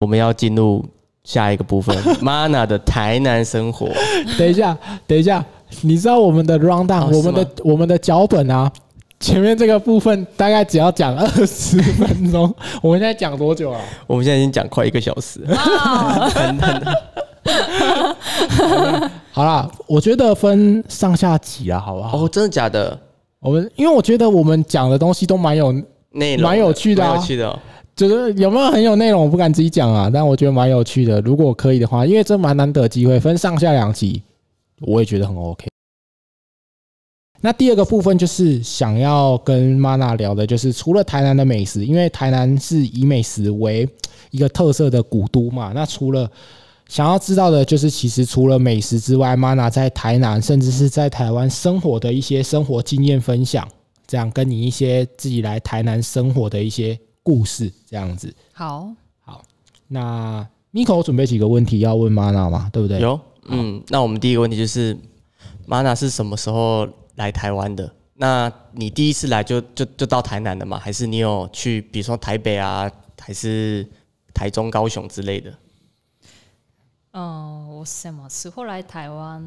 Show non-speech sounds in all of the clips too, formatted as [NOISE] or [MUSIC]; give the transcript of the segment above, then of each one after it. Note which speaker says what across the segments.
Speaker 1: 我们要进入下一个 [LAUGHS] 部分，Mana 的台南生活。
Speaker 2: 等一下，等一下，你知道我们的 round down，、
Speaker 1: 哦
Speaker 2: 我
Speaker 1: 是
Speaker 2: 们的
Speaker 1: 吗
Speaker 2: 我们的脚本啊，前面这个部分大概只要讲二十分钟， [LAUGHS] 我们现在讲多久啊？
Speaker 1: 我们现在已经讲快一个小时了，
Speaker 3: 哇，
Speaker 1: 很很
Speaker 2: 好啦，我觉得分上下集啊，好不好？
Speaker 1: 哦，真的假的？
Speaker 2: 我们因为我觉得我们讲的东西都蛮有，
Speaker 1: 内容
Speaker 2: 蛮有趣的啊
Speaker 1: 蛮有趣的哦。
Speaker 2: 就是有没有很有内容，我不敢自己讲啊，但我觉得蛮有趣的。如果可以的话，因为这蛮难得的机会，分上下两集，我也觉得很 OK。那第二个部分就是想要跟 Mana 聊的，就是除了台南的美食，因为台南是以美食为一个特色的古都嘛。那除了想要知道的，就是其实除了美食之外，Mana 在台南甚至是在台湾生活的一些生活经验分享，这样跟你一些自己来台南生活的一些故事，这样子。
Speaker 3: 好，
Speaker 2: 那 Miko 准备几个问题要问 Mana 嘛，对不对？
Speaker 1: 有，嗯，那我们第一个问题就是，Mana 是什么时候来台湾的？那你第一次来就就就到台南的吗？还是你有去，比如说台北啊，还是台中、高雄之类的？
Speaker 3: 嗯，我什么时候来台湾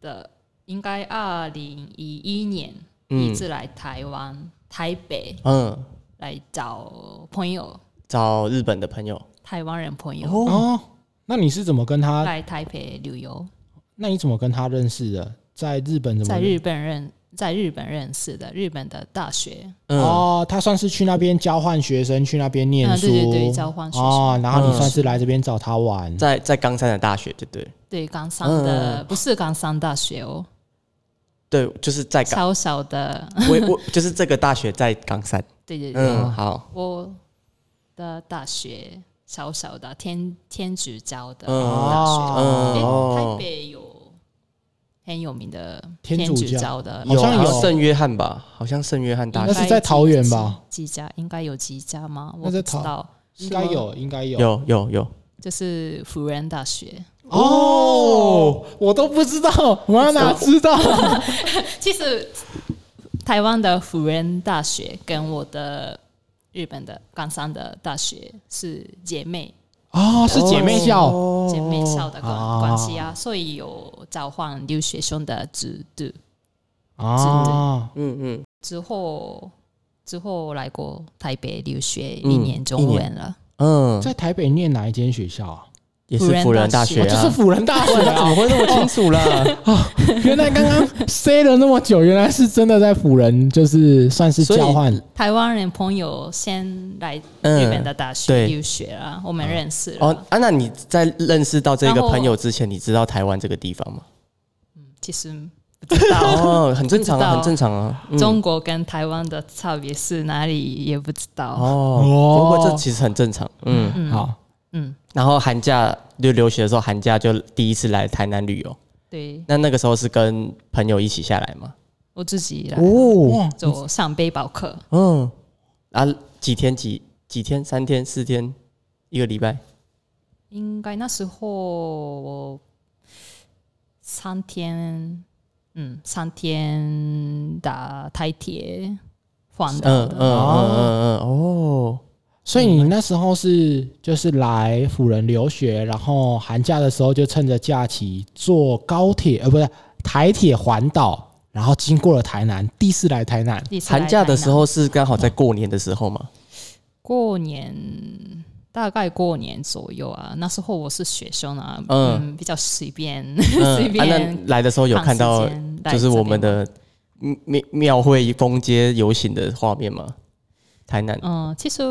Speaker 3: 的？应该二零一一年
Speaker 1: 嗯
Speaker 3: 一直来台湾台北
Speaker 1: 嗯，
Speaker 3: 来找朋友，
Speaker 1: 找日本的朋友
Speaker 3: 台湾人朋友
Speaker 1: 哦，
Speaker 2: 哦，那你是怎么跟他？
Speaker 3: 来台北旅游，
Speaker 2: 那你怎么跟他认识的？在日本怎么
Speaker 3: 在
Speaker 2: 认？
Speaker 3: 日本认在日本认识的，日本的大学，
Speaker 1: 嗯，
Speaker 2: 哦，他算是去那边交换学生，去那边念
Speaker 3: 嗯
Speaker 2: 书，
Speaker 3: 对对对交换学生
Speaker 2: 哦，然后你
Speaker 1: 嗯
Speaker 2: 算是来这边找他玩，
Speaker 1: 在在冈山的大学，对对
Speaker 3: 对，冈山
Speaker 2: 嗯
Speaker 3: 的、不是冈山大学哦，
Speaker 1: 对，就是在冈，
Speaker 3: 小
Speaker 2: [LAUGHS]
Speaker 3: 小的，
Speaker 1: 我我就是这个大学在冈山。
Speaker 3: 对对对，
Speaker 1: 嗯，好，
Speaker 3: 我的大学小小的天天主教的
Speaker 1: 嗯
Speaker 3: 大学，
Speaker 1: 嗯
Speaker 3: 诶
Speaker 1: 哦
Speaker 3: 台北有很有名的
Speaker 2: 天主
Speaker 3: 主
Speaker 2: 教
Speaker 3: 教哦的，
Speaker 2: 好像
Speaker 1: 好
Speaker 2: 有
Speaker 1: 圣约翰吧，好像圣约翰大
Speaker 2: 那
Speaker 1: 学
Speaker 2: 是在桃园吧？
Speaker 3: 几家应该有几家吗？
Speaker 2: 那
Speaker 3: 我不
Speaker 2: 在
Speaker 3: 知
Speaker 2: 桃
Speaker 3: 道，
Speaker 2: 应该有，应该有。
Speaker 1: 有有有，
Speaker 3: 就是辅仁大学。
Speaker 2: 哦，我都不知道，我要哪知道？
Speaker 3: 其实台湾的辅仁大学跟我的日本的冈山的大学是姐妹、
Speaker 2: 哦，是姐妹校，
Speaker 1: 哦
Speaker 3: 姐妹校的关、
Speaker 2: 啊
Speaker 3: 关系啊，所以有交换留学生的制度。
Speaker 2: 啊，
Speaker 1: 嗯嗯，
Speaker 3: 之后之后来过台北留学
Speaker 1: 嗯
Speaker 3: 一年中文了，
Speaker 1: 嗯，
Speaker 2: 在台北念哪一间学校啊？
Speaker 1: 也是辅仁大学
Speaker 3: 对
Speaker 2: 哦，
Speaker 1: 啊，
Speaker 2: 就是辅仁大学
Speaker 1: 他怎
Speaker 2: 啊哦
Speaker 1: 么！会那么清
Speaker 2: [LAUGHS]
Speaker 1: 楚啦？
Speaker 2: 原来刚刚 say 了那么久，原来是真的在辅仁，就是算是
Speaker 1: 所以
Speaker 2: 交换
Speaker 3: 台湾人朋友先来日
Speaker 1: 嗯
Speaker 3: 本的大学
Speaker 1: 对
Speaker 3: 留学了，我们认识了。
Speaker 1: 哦啊，那你在认识到这个
Speaker 3: 然后
Speaker 1: 朋友之前，你知道台湾这个地方吗？
Speaker 3: 其实不知道。
Speaker 1: 哦，很正常
Speaker 3: 不知
Speaker 1: 啊，
Speaker 3: 道
Speaker 1: 很正常啊。嗯
Speaker 3: 中国跟台湾的差别是哪里也不知道。
Speaker 1: 哦，不
Speaker 2: 哦
Speaker 1: 过这其实很正常。嗯，
Speaker 3: 嗯，
Speaker 2: 好。
Speaker 3: 嗯，
Speaker 1: 然后寒假就留学的时候，寒假就第一次来台南旅游。
Speaker 3: 对
Speaker 1: 那那个时候是跟朋友一起下来嘛？
Speaker 3: 我自己来
Speaker 1: 哦，
Speaker 2: 哇，
Speaker 3: 做上背包客，
Speaker 1: 嗯，啊，几天几几天？三天四天？一个礼拜？
Speaker 3: 应该那时候我三天，嗯，三天打台铁
Speaker 2: 哦
Speaker 3: 环岛
Speaker 1: 嗯嗯嗯
Speaker 3: 的，
Speaker 1: 嗯嗯哦，
Speaker 2: 所以你那时候是就是来辅仁留学，然后寒假的时候就趁着假期坐高铁，呃，不是台铁环岛，然后经过了台南，第一次来台南，
Speaker 3: 第一次来
Speaker 1: 寒假的
Speaker 3: 台南
Speaker 1: 时候是刚好在过年的时候嘛？
Speaker 3: 过年。大概过年左右啊，那时候我是学生啊，
Speaker 1: 嗯
Speaker 3: 嗯，比较随便，
Speaker 1: 嗯
Speaker 3: [LAUGHS] [LAUGHS] 随
Speaker 1: 啊
Speaker 3: 便
Speaker 1: 那来的时候有看到就是我们的庙庙会封街游行的画面吗？台南，
Speaker 3: 嗯，其实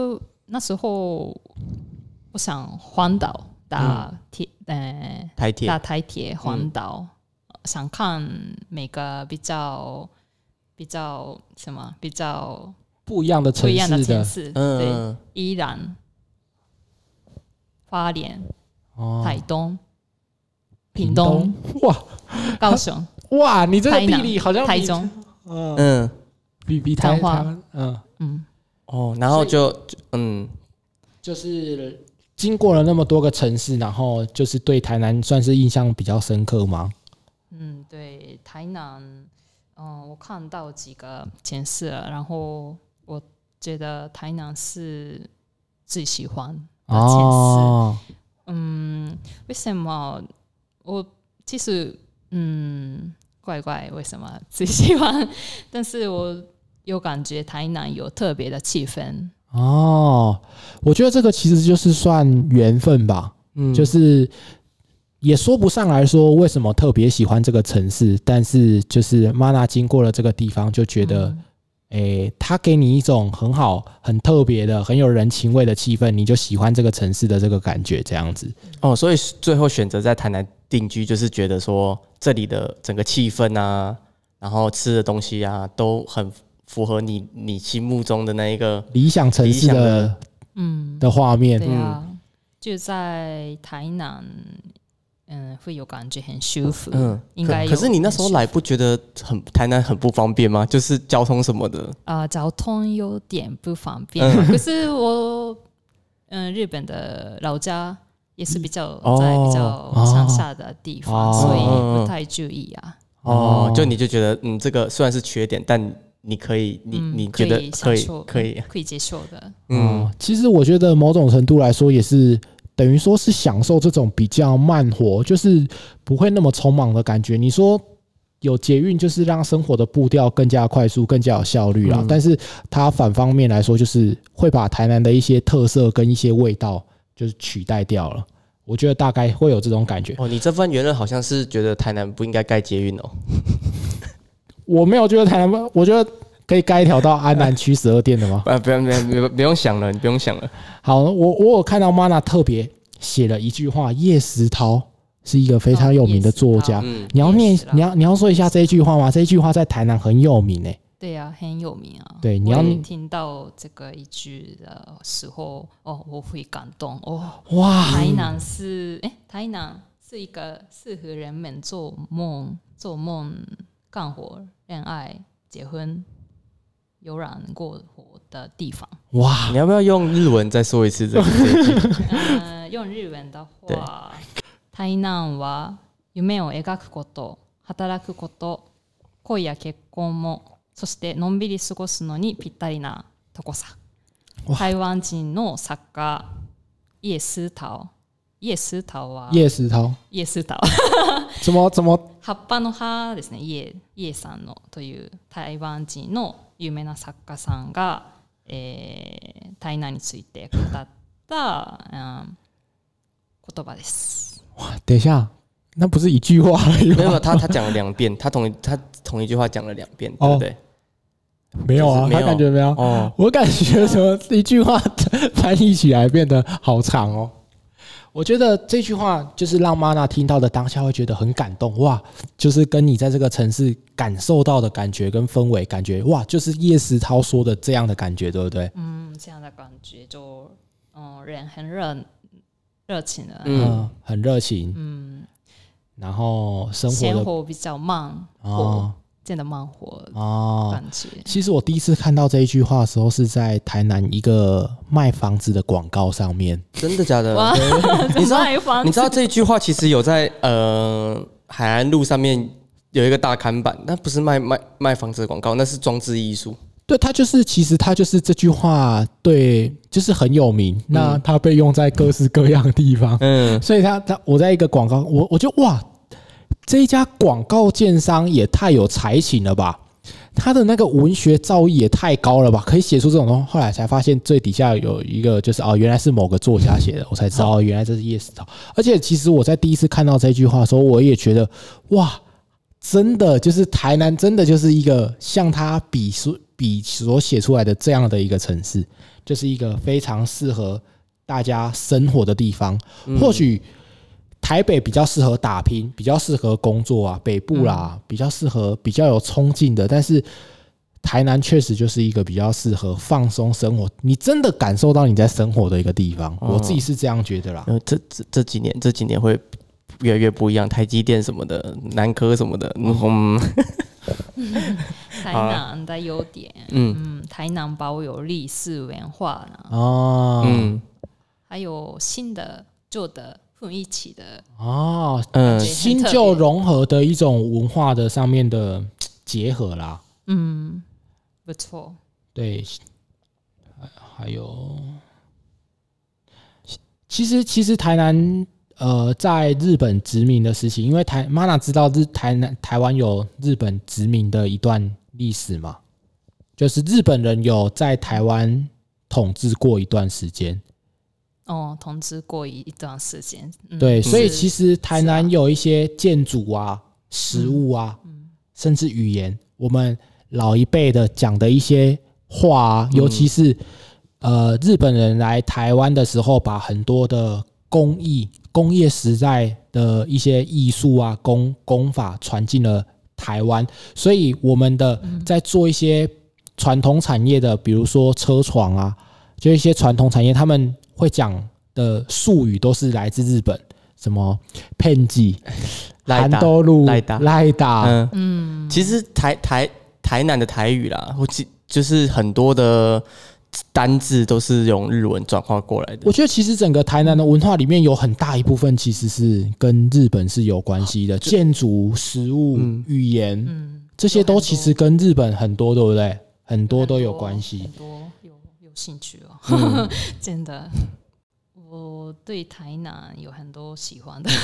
Speaker 3: 那时候我想环岛打铁，呃，
Speaker 1: 台铁
Speaker 3: 打台铁环岛，想看每个比较比较什么比较
Speaker 2: 不一样的
Speaker 3: 不
Speaker 2: 城
Speaker 3: 一样的
Speaker 2: 市
Speaker 3: 城
Speaker 2: 的
Speaker 3: 市，对，
Speaker 1: 嗯，
Speaker 3: 依然花莲、
Speaker 2: 哦，
Speaker 3: 台东、屏东、
Speaker 2: 哇
Speaker 3: 高雄、
Speaker 2: 哇， [LAUGHS] 你这个
Speaker 3: 台
Speaker 2: 地理好像
Speaker 3: 南、
Speaker 2: 比
Speaker 3: 台，中，
Speaker 2: 嗯，
Speaker 1: 嗯，
Speaker 2: 比比台
Speaker 3: 彰化
Speaker 2: 台湾嗯，
Speaker 3: 嗯，
Speaker 1: 哦，然后就就嗯，
Speaker 2: 就是经过了那么多个城市，然后就是对台南算是印象比较深刻吗？
Speaker 3: 嗯，对，台南，嗯，我看到几个城市了，然后我觉得台南是最喜欢的前世。
Speaker 2: 哦，
Speaker 3: 嗯，为什么我其实嗯，怪怪为什么只喜欢，但是我有感觉台南有特别的气氛。
Speaker 2: 哦，我觉得这个其实就是算缘分吧，
Speaker 1: 嗯
Speaker 2: 就是也说不上来说为什么特别喜欢这个城市，但是就是玛娜经过了这个地方就觉得，
Speaker 1: 嗯
Speaker 2: 诶、它给你一种很好、很特别的、很有人情味的气氛，你就喜欢这个城市的这个感觉，这样子。
Speaker 1: 哦，所以最后选择在台南定居，就是觉得说这里的整个气氛啊，然后吃的东西啊，都很符合你你心目中的那一个
Speaker 2: 理想城市
Speaker 1: 理想
Speaker 2: 的
Speaker 1: 的
Speaker 3: 嗯，
Speaker 2: 的画面，
Speaker 3: 对啊，就在台南，嗯，会有感觉很舒服。
Speaker 1: 嗯，
Speaker 3: 应该有
Speaker 1: 可。可是你那时候来不觉得很台南很不方便吗？就是交通什么的，
Speaker 3: 啊，交通有点不方便，
Speaker 1: 嗯
Speaker 3: 可是我嗯，日本的老家也是比较
Speaker 1: 哦
Speaker 3: 在比较乡下的地方，
Speaker 2: 哦
Speaker 3: 所以不太注意啊。
Speaker 1: 哦
Speaker 2: 哦，
Speaker 1: 就你就觉得嗯，这个虽然是缺点，但你可以，你、
Speaker 3: 嗯
Speaker 1: 你觉得可
Speaker 3: 可以
Speaker 1: 以
Speaker 3: 享受，嗯
Speaker 1: 可以，
Speaker 3: 可以接受的。
Speaker 1: 嗯
Speaker 2: 嗯，其实我觉得某种程度来说也是。等于说是享受这种比较慢活，就是不会那么匆忙的感觉。你说有捷运，就是让生活的步调更加快速、更加有效率啦。
Speaker 1: 嗯
Speaker 2: 但是它反方面来说，就是会把台南的一些特色跟一些味道，就是取代掉了。我觉得大概会有这种感觉。
Speaker 1: 哦，你这份言论好像是觉得台南不应该盖捷运哦。
Speaker 2: [LAUGHS] 我没有觉得台南，我觉得可以盖一条到安南区十二店的吗？
Speaker 1: 啊，不用不用不用不用想了，你不用想了。
Speaker 2: 好，我我有看到 Mana 特别写了一句话，叶石涛是一个非常有名的作家。
Speaker 3: 哦
Speaker 1: 嗯，
Speaker 2: 你要念
Speaker 3: 叶石，涛
Speaker 2: 你要你要说一下这一句话吗？这一句话在台南很有名诶、
Speaker 3: 对啊，很有名啊。
Speaker 2: 对你
Speaker 3: 我
Speaker 2: 要
Speaker 3: 也听到这个一句的时候，哦，我会感动哦。
Speaker 2: 哇，
Speaker 3: 台南是哎、台南是一个适合人们做梦、做梦、干活、恋爱、结婚、悠然过活的地方。
Speaker 2: 哇，
Speaker 1: 你要不要用日文再说一次这个？ [LAUGHS] 这一句
Speaker 3: 呃、用日文的
Speaker 1: 对
Speaker 3: 话，台南は夢を描くこと、働くこと、恋や結婚も、そしてのんびり過ごすのにぴったりなとこさ
Speaker 2: わ。
Speaker 3: 台湾人の作家、イエスタオ。イエスタオは、
Speaker 2: 叶石涛
Speaker 3: イエスタオ。
Speaker 2: 怎么怎么
Speaker 3: 葉っぱの葉ですねイエイエさんのという台湾人の有名な作家さんが、えー台南について語った、うん言葉です。
Speaker 2: 哇？等一下，那不是一句话而已
Speaker 1: 没有，没
Speaker 2: 吗？
Speaker 1: 有他他讲了两遍，他同一他同一句话讲了两遍，对
Speaker 2: 哦
Speaker 1: 不对？
Speaker 2: 没有啊，
Speaker 1: 就是没
Speaker 2: 他
Speaker 1: 有
Speaker 2: 感觉没有。
Speaker 1: 哦，
Speaker 2: 我感觉什么一句话翻译起来变得好长哦。我觉得这句话就是让妈娜听到的当下会觉得很感动哇，就是跟你在这个城市感受到的感觉跟氛围感觉哇，就是叶石涛说的这样的感觉，对不对？
Speaker 3: 嗯，这样的感觉就嗯人很热热情的，
Speaker 1: 嗯
Speaker 2: 嗯，很热情，
Speaker 3: 嗯，
Speaker 2: 然后生
Speaker 3: 生
Speaker 2: 活
Speaker 3: 活比较慢
Speaker 2: 的哦
Speaker 3: 活，真的慢活的
Speaker 2: 哦。
Speaker 3: 感觉。
Speaker 2: 其实我第一次看到这一句话的时候是在台南一个卖房子的广告上面，
Speaker 1: 真的假的？
Speaker 3: 哇，
Speaker 1: [LAUGHS] 你知道
Speaker 3: 卖房
Speaker 1: 你知道这句话其实有在呃海岸路上面有一个大看板，那不是卖卖卖房子的广告，那是装置艺术。
Speaker 2: 对他就是，其实他就是这句话，对，就是很有名。那他被用在各式各样的地方，
Speaker 1: 嗯，
Speaker 2: [LAUGHS] 所以他他我在一个广告，我我就哇，这一家广告建商也太有才情了吧！他的那个文学造诣也太高了吧，可以写出这种东西。后来才发现最底下有一个就是哦，原来是某个作家写的，我才知道哦，原来这是叶石涛。而且其实我在第一次看到这句话的时候，我也觉得哇，真的就是台南，真的就是一个像他比所比所写出来的这样的一个城市，就是一个非常适合大家生活的地方。或许台北比较适合打拼，比较适合工作啊，北部啦、比较适合比较有冲劲的，但是。台南确实就是一个比较适合放松生活，你真的感受到你在生活的一个地方，我自己是这样觉得啦。
Speaker 1: 呃，这这这几年这几年会越来越不一样，台积电什么的，南科什么的，嗯
Speaker 3: 台南的优点，
Speaker 1: 嗯
Speaker 3: 嗯，台南保有历史文化呢，
Speaker 2: 哦，
Speaker 1: 嗯
Speaker 3: 还有新的、旧的混一起的，
Speaker 2: 哦，
Speaker 1: 嗯
Speaker 3: 对，
Speaker 2: 新旧融合的一种文化的上面的嘖结合啦。
Speaker 3: 嗯，不错。
Speaker 2: 对，还还有其实其实台南呃，在日本殖民的时期，因为台玛娜知道日台南台湾有日本殖民的一段历史嘛，就是日本人有在台湾统治过一段时间。
Speaker 3: 哦，通知过一一段时间。嗯
Speaker 2: 对，所以
Speaker 3: 是
Speaker 2: 其实台
Speaker 3: 是啊
Speaker 2: 南有一些建筑啊、食物啊，甚至语言，我们老一辈的讲的一些话、啊，尤其是、呃日本人来台湾的时候，把很多的工艺、工业时代的一些艺术啊、工工法传进了台湾，所以我们的在做一些传统产业的，比如说车床啊，就一些传统产业，他们会讲的术语都是来自日本，什么片剂、
Speaker 1: 赖
Speaker 2: 韩
Speaker 1: 打
Speaker 2: 多路、
Speaker 1: 赖打
Speaker 2: 赖打，
Speaker 1: 嗯嗯，其实台台台南的台语啦，我记就是很多的单字都是用日文转化过来的
Speaker 2: 我。觉得其实整个台南的文化里面有很大一部分其实是跟日本是有关系的，建筑、食物、语言
Speaker 3: 嗯，
Speaker 2: 这些都其实跟日本很多，对不对？很多都有关系
Speaker 3: 很。多有有兴趣哦，
Speaker 2: 嗯
Speaker 3: [LAUGHS] 真的。我对台南有很多喜欢的、喜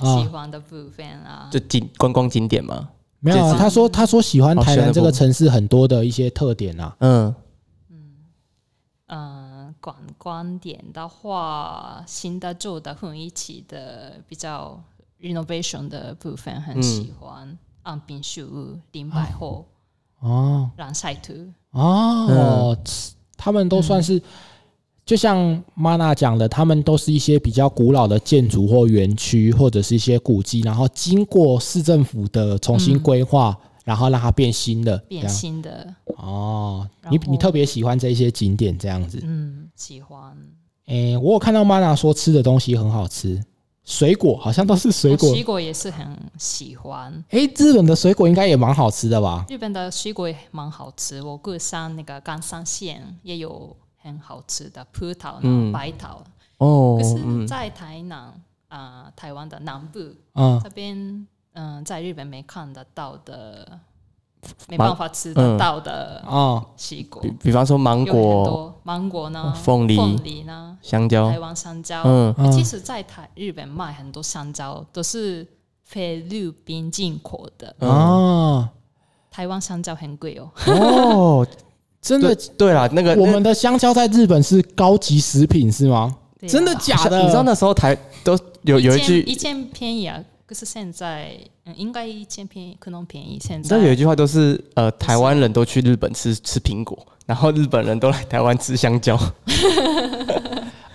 Speaker 1: 嗯
Speaker 2: 啊，
Speaker 3: 欢的部分啊
Speaker 1: 就。景观光景点嘛，
Speaker 2: 没有
Speaker 1: 这
Speaker 2: 啊，
Speaker 1: 是
Speaker 2: 他说他说喜欢
Speaker 1: 哦
Speaker 2: 台
Speaker 1: 喜欢
Speaker 2: 南
Speaker 1: 的
Speaker 2: 这个
Speaker 1: 部
Speaker 2: 城市很多的一些特点啊，
Speaker 1: 嗯，
Speaker 3: 嗯，观光点的话，新的旧的混一起的比较 renovation 的部分很喜
Speaker 1: 哦
Speaker 3: 欢。安平树屋、林百货、
Speaker 2: 哦
Speaker 3: 蓝晒图，嗯
Speaker 2: 哦，他们都算是，就像玛娜讲的，他们都是一些比较古老的建筑或园区，或者是一些古迹，然后经过市政府的重新规划，然后让它变新的，这
Speaker 3: 嗯变
Speaker 2: 样
Speaker 3: 新的，
Speaker 2: 哦。
Speaker 3: 然
Speaker 2: 你
Speaker 3: 后
Speaker 2: 你特别喜欢这一些景点这样子？
Speaker 3: 嗯，喜欢。
Speaker 2: 诶、我有看到玛娜说吃的东西很好吃，水果好像都是水
Speaker 3: 我
Speaker 2: 果。
Speaker 3: 水哦果也是很喜欢。
Speaker 2: 诶、日本的水果应该也蛮好吃的吧？
Speaker 3: 日本的水果也蛮好吃，我故乡那个冈山县也有很好吃的葡萄、
Speaker 1: 嗯
Speaker 3: 白桃。
Speaker 1: 哦
Speaker 3: 可，是，
Speaker 1: 嗯，
Speaker 3: 在台南啊、呃台湾的南部
Speaker 2: 嗯，
Speaker 3: [LAUGHS] 这边，嗯、在日本没看得到的，没
Speaker 1: 芒嗯
Speaker 3: 办法吃得到的
Speaker 2: 哦，
Speaker 3: 水果，
Speaker 1: 比比方说芒
Speaker 3: 有很
Speaker 1: 果、哦
Speaker 3: 多芒果呢，
Speaker 1: 凤梨
Speaker 3: 凤梨呢，
Speaker 1: 香
Speaker 3: 台
Speaker 1: 蕉，
Speaker 3: 湾香蕉。
Speaker 1: 嗯，
Speaker 2: 嗯
Speaker 3: 其实，在台日本卖很多香蕉都是菲律宾进口的，
Speaker 1: 嗯
Speaker 2: 哦，
Speaker 3: 台湾香蕉很贵哦。 [LAUGHS]
Speaker 2: 哦，真的
Speaker 1: 对对啦，那个
Speaker 2: 我们的香蕉在日本是高级食品是吗？
Speaker 3: 对啊
Speaker 2: 真的假的？
Speaker 1: 你知道那时候台都有有一
Speaker 3: 千一
Speaker 1: 句，
Speaker 3: 千便宜啊，可是现在嗯，应该一千便宜，可能便宜。现
Speaker 1: 你知道有
Speaker 3: 在
Speaker 1: 一句话都是呃，台湾人都去日本吃吃苹果，然后日本人都来台湾吃香蕉。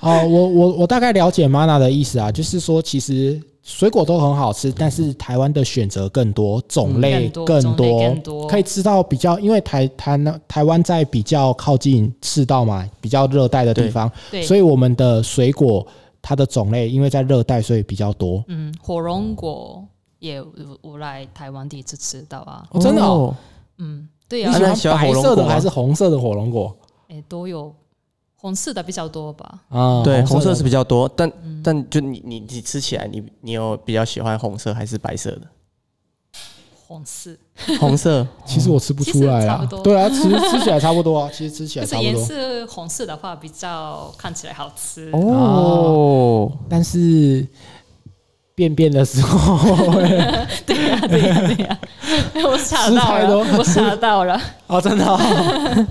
Speaker 2: 哦，我我我大概了解 Mana 的意思啊，就是说其实水果都很好吃，但是台湾的选择更多，种类
Speaker 3: 更多
Speaker 2: 更
Speaker 3: 种
Speaker 2: 多，
Speaker 3: 类更多
Speaker 2: 可以吃到比较，因为台台南台湾在比较靠近赤道嘛，比较热带的地方，
Speaker 3: 对，
Speaker 2: 所以我们的水果它的种类因为在热带，所以比较多。
Speaker 3: 嗯，火龙果也我我来台湾第一次吃到啊，
Speaker 2: 哦真的哦
Speaker 3: 嗯，对
Speaker 2: 你
Speaker 3: 啊
Speaker 1: 那，你
Speaker 2: 喜
Speaker 1: 喜
Speaker 2: 欢
Speaker 1: 欢火
Speaker 2: 白
Speaker 1: 龙
Speaker 2: 色
Speaker 1: 果
Speaker 2: 的
Speaker 1: 吗
Speaker 2: 还是红色的火龙果？
Speaker 3: 诶，都有红色的比较多吧。
Speaker 2: 啊、
Speaker 1: [LAUGHS] 对，红色
Speaker 2: 的
Speaker 1: 是比较多，但但就你你你吃起来，你你有比较喜欢红色还是白色
Speaker 2: [LAUGHS]
Speaker 1: 的？
Speaker 3: 红色，
Speaker 1: 红色
Speaker 2: 其实我吃不出来
Speaker 3: 其实差
Speaker 2: 啊
Speaker 3: 不，多
Speaker 2: 对啊，其实吃 [LAUGHS] 起来差不多啊，其实吃起
Speaker 3: 可
Speaker 2: 来
Speaker 3: 是
Speaker 2: 差不
Speaker 3: 颜
Speaker 2: 多。
Speaker 3: 色红色的话比较看起来好吃。
Speaker 1: 哦，
Speaker 2: 但是便便的时候，
Speaker 3: 对呀、对呀、对呀、 [LAUGHS] 我吓
Speaker 2: 吃
Speaker 3: 到
Speaker 2: 太多
Speaker 3: [LAUGHS] 了，我吓到了。
Speaker 2: [LAUGHS] 哦，真的、 [LAUGHS] 哦，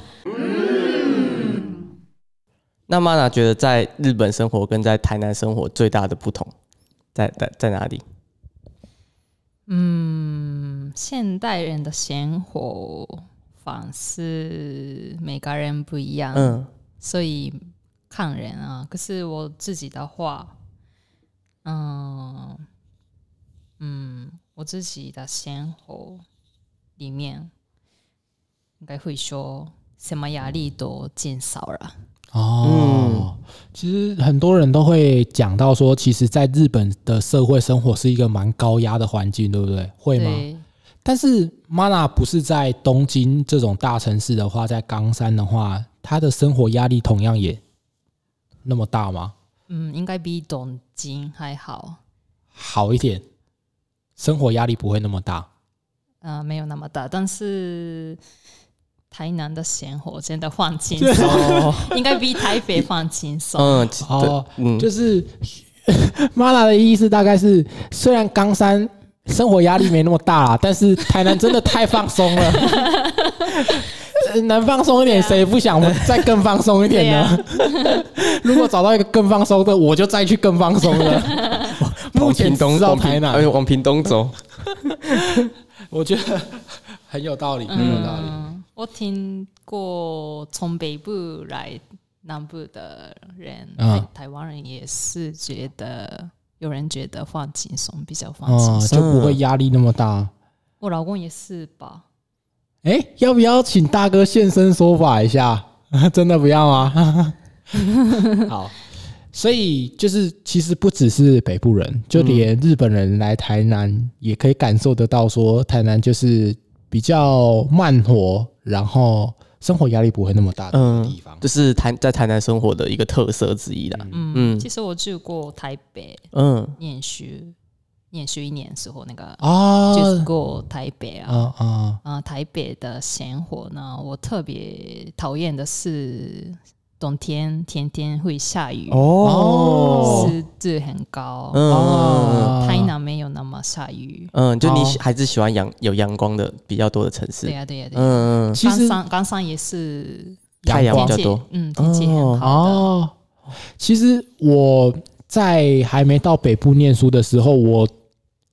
Speaker 1: 那玛娜觉得在日本生活跟在台南生活最大的不同在在在哪里？
Speaker 3: 嗯，现代人的生活方式每个人不一样，
Speaker 1: 嗯，
Speaker 3: 所以看人啊。可是我自己的话，嗯嗯，我自己的生活里面应该会说什么压力都减少了。
Speaker 2: 哦，其实很多人都会讲到说，其实在日本的社会生活是一个蛮高压的环境，对不对？会吗？
Speaker 3: 对，
Speaker 2: 但是 Mana 不是在东京这种大城市的话，在冈山的话，他的生活压力同样也那么大吗？
Speaker 3: 嗯，应该比东京还好，
Speaker 2: 好一点，生活压力不会那么大。
Speaker 3: 呃，没有那么大，但是台南的生活真的放轻松，
Speaker 2: [LAUGHS]
Speaker 3: 应该比台北放轻松。
Speaker 1: [LAUGHS] 嗯，其
Speaker 2: 哦，
Speaker 1: 嗯
Speaker 2: 就是 [LAUGHS] Mala 的意思大概是，虽然冈山生活压力没那么大啦，但是台南真的太放松了。呃能放松一点，
Speaker 3: 对啊
Speaker 2: 谁不想再更放松一点呢？ [LAUGHS] 如果找到一个更放松的，我就再去更放松了。目
Speaker 1: 往
Speaker 2: 前
Speaker 1: 屏
Speaker 2: 只
Speaker 1: 东
Speaker 2: 到
Speaker 1: 往屏
Speaker 2: 台南
Speaker 1: 哎，往屏东走。
Speaker 2: 我觉得很有道理，很有道理。
Speaker 3: 嗯，我听过从北部来南部的人，
Speaker 2: 嗯
Speaker 3: 台湾人也是觉得，有人觉得放轻松比较放
Speaker 2: 哦
Speaker 3: 轻，松。
Speaker 2: 就不会压力那么大。
Speaker 3: 我老公也是吧，
Speaker 2: 哎、要不要请大哥现身说法一下？ [LAUGHS] 真的不要吗？ [LAUGHS] 好，所以就是其实不只是北部人，就连日本人来台南也可以感受得到，说台南就是比较慢活，然后生活压力不会那么大的地方。
Speaker 1: 这是台在台南生活的一个特色之一啦。
Speaker 3: 嗯，其实我去过台北
Speaker 1: 嗯，
Speaker 3: 念书，念书一年时候那个
Speaker 2: 啊
Speaker 3: 就是过台北啊，
Speaker 2: 啊啊！
Speaker 3: 啊、台北的生活呢，我特别讨厌的是冬天天天会下雨，
Speaker 2: 哦
Speaker 3: 湿度很高。
Speaker 1: 嗯
Speaker 2: 啊
Speaker 3: 哦台南没有那么下雨。
Speaker 1: 嗯，就你喜
Speaker 2: 哦
Speaker 1: 还是喜欢阳有阳光的比较多的城市
Speaker 3: 对。啊呀、对呀、对呀、
Speaker 1: 嗯嗯，
Speaker 2: 其
Speaker 3: 冈
Speaker 2: 实哎
Speaker 3: 山冈山也是
Speaker 1: 太阳比较
Speaker 3: 天气
Speaker 1: 多。
Speaker 3: 嗯，天气很好的。
Speaker 2: 哦，其实我在还没到北部念书的时候，我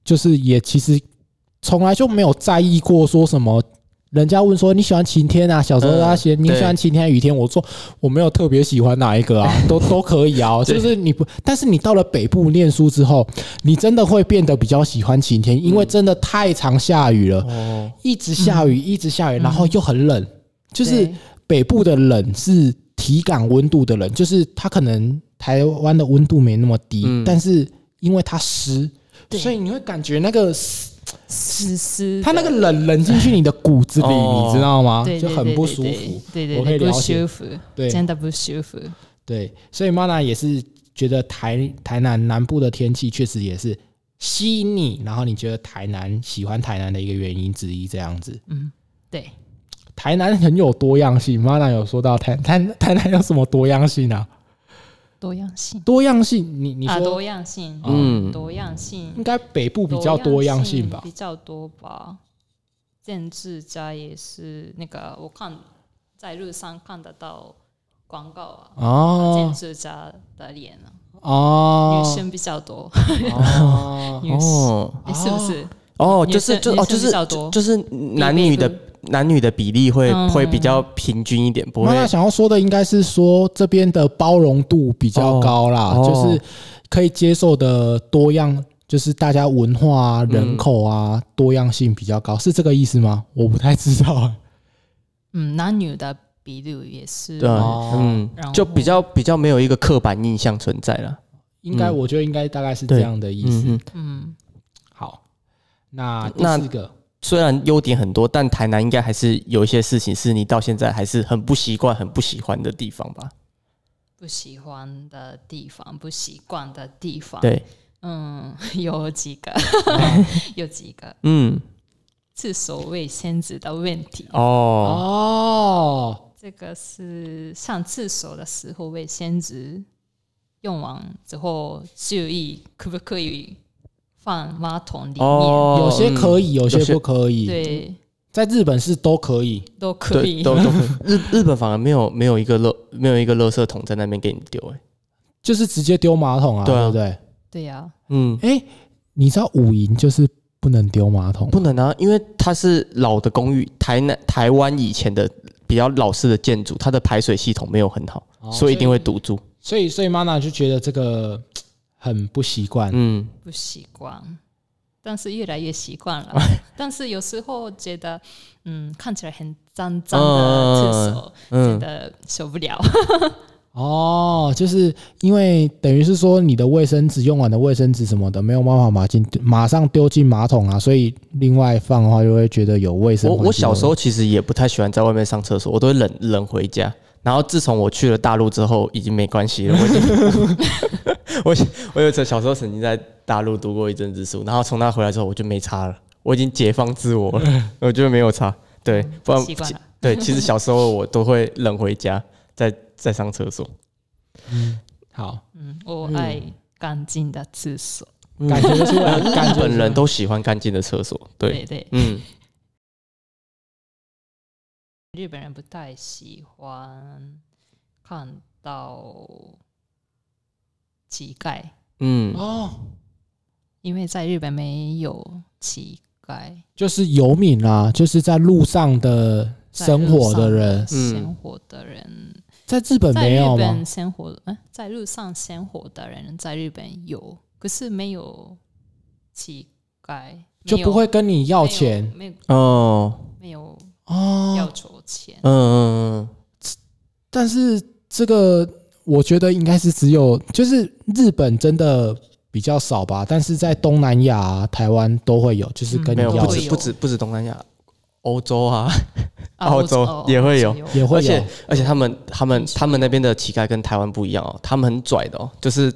Speaker 2: 就是也其实从来就没有在意过说什么。人家问说你喜欢晴天啊？小时候
Speaker 1: 嗯
Speaker 2: 他写你喜欢
Speaker 1: 对
Speaker 2: 晴天还是雨天，我说我没有特别喜欢哪一个啊，都都可
Speaker 1: [LAUGHS]
Speaker 2: 以啊。
Speaker 1: 对
Speaker 2: 就是你不，但是你到了北部念书之后，你真的会变得比较喜欢晴天，因
Speaker 1: 嗯
Speaker 2: 为真的太常下雨了，
Speaker 1: 哦，
Speaker 2: 一直下雨，一直下雨，然后又很冷，就是
Speaker 3: 对
Speaker 2: 北部的冷是体感温度的冷，就是它可能台湾的温度没那么低，
Speaker 1: 嗯
Speaker 2: 但是因为它湿，
Speaker 3: 对
Speaker 2: 所以你会感觉那个湿
Speaker 3: 湿湿的，
Speaker 2: 它那个冷冷进去你的骨子里，
Speaker 1: 哦
Speaker 2: 你知道吗？
Speaker 3: 对
Speaker 2: 就
Speaker 3: 对
Speaker 2: 很
Speaker 3: 对
Speaker 2: 不
Speaker 3: 对
Speaker 2: 舒
Speaker 3: 对
Speaker 2: 服。
Speaker 3: 对
Speaker 2: 我
Speaker 3: 对
Speaker 2: 可以
Speaker 3: 对，
Speaker 2: 了
Speaker 3: 不
Speaker 2: 解
Speaker 3: 舒服，
Speaker 2: 对
Speaker 3: 真的不舒服。
Speaker 2: 对，所以 Mana 也是觉得台台南南部的天气确实也是吸引你，然后你觉得台南喜欢台南的一个原因之一，这样子。
Speaker 3: 嗯对，
Speaker 2: 台南很有多样性，Mana 有说到台台台南有什么多样性啊？
Speaker 3: 多样性
Speaker 2: 多样性，你你
Speaker 3: 啊，
Speaker 2: 说
Speaker 3: 多样性，
Speaker 1: 嗯
Speaker 3: 多样性
Speaker 2: 应该北部比较多样性吧
Speaker 3: 比？较多吧。政治家也是那个，我看在路上看得到广告啊，政
Speaker 2: 哦
Speaker 3: 治家的脸啊，女
Speaker 2: 哦
Speaker 3: 生比较多，
Speaker 2: 哦，
Speaker 3: [LAUGHS] 女生、
Speaker 1: 哦
Speaker 3: 诶是不是？
Speaker 1: 哦，
Speaker 3: 女
Speaker 1: 就是
Speaker 3: 生
Speaker 1: 就
Speaker 3: 女
Speaker 1: 哦
Speaker 3: 生
Speaker 1: 就是
Speaker 3: 比较多
Speaker 1: 就是男女的
Speaker 3: 比北
Speaker 1: 男女的比例会
Speaker 3: 嗯
Speaker 1: 会比较平均一点，不
Speaker 2: 妈妈
Speaker 1: 会
Speaker 2: 想要说的应该是说这边的包容度比较高啦，
Speaker 1: 哦哦
Speaker 2: 就是可以接受的多样，就是大家文化啊、人口啊、多样性比较高，是这个意思吗？我不太知道。
Speaker 3: 嗯，男女的比率也是。
Speaker 1: 对
Speaker 2: 哦
Speaker 1: 啊，嗯
Speaker 3: 然，后
Speaker 1: 就比较比较没有一个刻板印象存在了。
Speaker 2: 应该，
Speaker 1: 嗯
Speaker 2: 我觉得应该大概是这样的意思。
Speaker 1: 嗯，
Speaker 3: 嗯，
Speaker 2: 好，那第
Speaker 1: 那
Speaker 2: 四个，
Speaker 1: 虽然优点很多，但台南应该还是有一些事情是你到现在还是很不习惯、很不喜欢的地方吧？
Speaker 3: 不喜欢的地方，不习惯的地方，
Speaker 1: 对，
Speaker 3: 嗯，有
Speaker 1: [LAUGHS]
Speaker 3: 几个，有几个
Speaker 1: 嗯，
Speaker 3: 是所谓先知的问题。
Speaker 1: 哦，
Speaker 2: 哦，
Speaker 3: 这个是上厕所的时候卫生纸用完之后注意可不可以放马桶里面，
Speaker 1: 哦
Speaker 2: 有些可以，有些
Speaker 1: 有些
Speaker 2: 不可以。
Speaker 3: 对，
Speaker 2: 在日本是都可以。
Speaker 3: 都可
Speaker 1: 对，
Speaker 3: 以。
Speaker 1: 都都可以日日本反而没有没有一个垃没有一个垃圾桶在那边给你丢，哎，
Speaker 2: 就是直接丢马桶啊，对
Speaker 1: 对啊
Speaker 2: 不对？
Speaker 3: 对啊呀、
Speaker 1: 嗯，
Speaker 2: 哎、你知道五营就是不能丢马桶，
Speaker 1: 不能啊，因为它是老的公寓，台南台湾以前的比较老式的建筑，它的排水系统没有很好，
Speaker 2: 哦
Speaker 1: 所以一定会堵住。
Speaker 2: 所以所以妈妈就觉得这个很不习惯。
Speaker 1: 嗯，
Speaker 3: 不习惯，但是越来越习惯
Speaker 1: [LAUGHS]
Speaker 3: 了。但是有时候觉得，嗯，看起来很脏脏的厕所，
Speaker 1: 嗯
Speaker 3: 真的受不了。
Speaker 2: 哦，就是因为等于是说你的卫生纸用完的卫生纸什么的没有办法马进马上丢进马桶啊，所以另外放的话就会觉得有卫生
Speaker 1: 我
Speaker 2: 环境的问题。
Speaker 1: 我小时候其实也不太喜欢在外面上厕所，我都会忍忍回家。然后自从我去了大陆之后，已经没关系了。我已 [LAUGHS] 经我我有小时候曾经在大陆读过一阵子书，然后从 [LAUGHS] [LAUGHS] 那回来之后我就没差了，我已经解放自我了，我觉得没有差。对，不然
Speaker 3: 习惯了
Speaker 1: 对，其实小时候我都会冷回家，再再上厕所。
Speaker 2: 好，
Speaker 3: 嗯，我爱干净的厕所。
Speaker 1: 嗯
Speaker 2: 感觉得出来，
Speaker 1: [LAUGHS]
Speaker 2: 感
Speaker 1: 日
Speaker 2: 觉得出来
Speaker 1: 本人都喜欢干净的厕所。对，
Speaker 3: 对对，
Speaker 1: 嗯，
Speaker 3: 日本人不太喜欢看到乞丐，
Speaker 1: 嗯，
Speaker 2: 哦，
Speaker 3: 因为在日本没有乞丐
Speaker 2: 就是游民啦，就是在路上的生活的
Speaker 1: 嗯
Speaker 2: 人，
Speaker 3: 在路上生活的人，
Speaker 2: 在日本
Speaker 3: 在
Speaker 2: 没
Speaker 3: 日
Speaker 2: 有吗
Speaker 3: 本？生活的，嗯在路上生活的人在日本有，可是没有乞丐，
Speaker 2: 就
Speaker 3: 没有
Speaker 2: 不会跟你要钱
Speaker 3: 没有
Speaker 1: 哦，
Speaker 3: 没有没有
Speaker 2: 哦
Speaker 3: 要。求钱
Speaker 1: 嗯，嗯
Speaker 2: 但是这个我觉得应该是只有，就是日本真的比较少吧，但是在东南亚啊、台湾都会有，就是跟
Speaker 1: 嗯，
Speaker 2: 你
Speaker 1: 没有，
Speaker 2: 要
Speaker 1: 不
Speaker 3: 会
Speaker 1: 止
Speaker 3: 有
Speaker 1: 不止不止东南亚，欧洲啊，
Speaker 3: 啊
Speaker 1: 澳
Speaker 3: 欧洲
Speaker 1: 洲也会有
Speaker 3: 欧洲
Speaker 2: 也会
Speaker 1: 而
Speaker 2: 啊有
Speaker 1: 且而且他们他们
Speaker 3: 是
Speaker 1: 他们那边的乞丐跟台湾不一样哦，他们很拽的哦，就是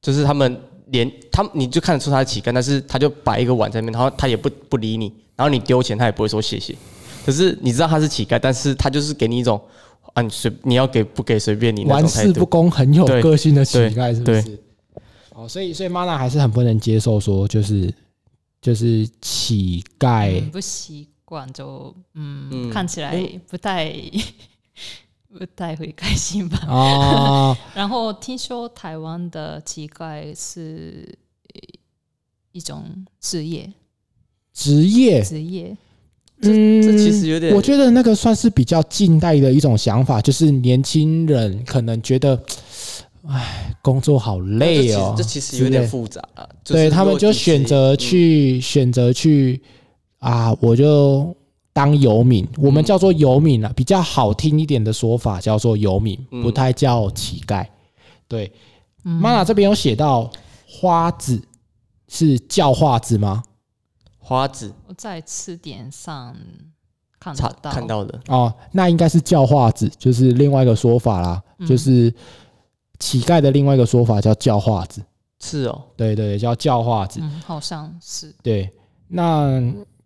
Speaker 1: 就是他们连他们你就看得出他是乞丐，但是他就摆一个碗在那边，然后他也不不理你，然后你丢钱他也不会说谢谢。可是你知道他是乞丐，但是他就是给你一种啊，你随你要给不给随便你那
Speaker 2: 玩
Speaker 1: 种态
Speaker 2: 世不
Speaker 1: 度。
Speaker 2: 恭、很有
Speaker 1: 对
Speaker 2: 个性的乞丐，是不
Speaker 1: 对
Speaker 2: 是？哦，所以所以玛娜还是很不能接受说，就是就是乞丐
Speaker 3: 嗯、不习惯就嗯
Speaker 1: 嗯
Speaker 3: 看起来不太、不太会开心
Speaker 1: 嗯
Speaker 3: 吧。
Speaker 2: 啊，
Speaker 3: 然后听说台湾的乞丐是呃一种职业，
Speaker 2: 职业。
Speaker 3: 职业
Speaker 2: 嗯，
Speaker 1: 这其实有点
Speaker 2: 我觉得那个算是比较近代的一种想法，就是年轻人可能觉得，哎，工作好累哦，
Speaker 1: 这其实有
Speaker 2: 之类
Speaker 1: 点复杂啊了。
Speaker 2: 对他们就选择
Speaker 1: 嗯
Speaker 2: 去、选择去啊，我就当游民，我
Speaker 1: 嗯
Speaker 2: 们叫做游民啊，比较好听一点的说法叫做游民，
Speaker 1: 嗯
Speaker 2: 不太叫乞丐。对，
Speaker 3: 嗯
Speaker 2: 玛娜这边有写到花子是叫花子吗？
Speaker 1: 花子
Speaker 3: 我在词典上看
Speaker 1: 查
Speaker 3: 得到，
Speaker 1: 看到的，
Speaker 2: 哦，那应该是叫化子，就是另外一个说法啦，
Speaker 3: 嗯
Speaker 2: 就是乞丐的另外一个说法叫叫化子，
Speaker 1: 是哦，
Speaker 2: 对对对，叫叫化子。
Speaker 3: 嗯，好像是
Speaker 2: 对，那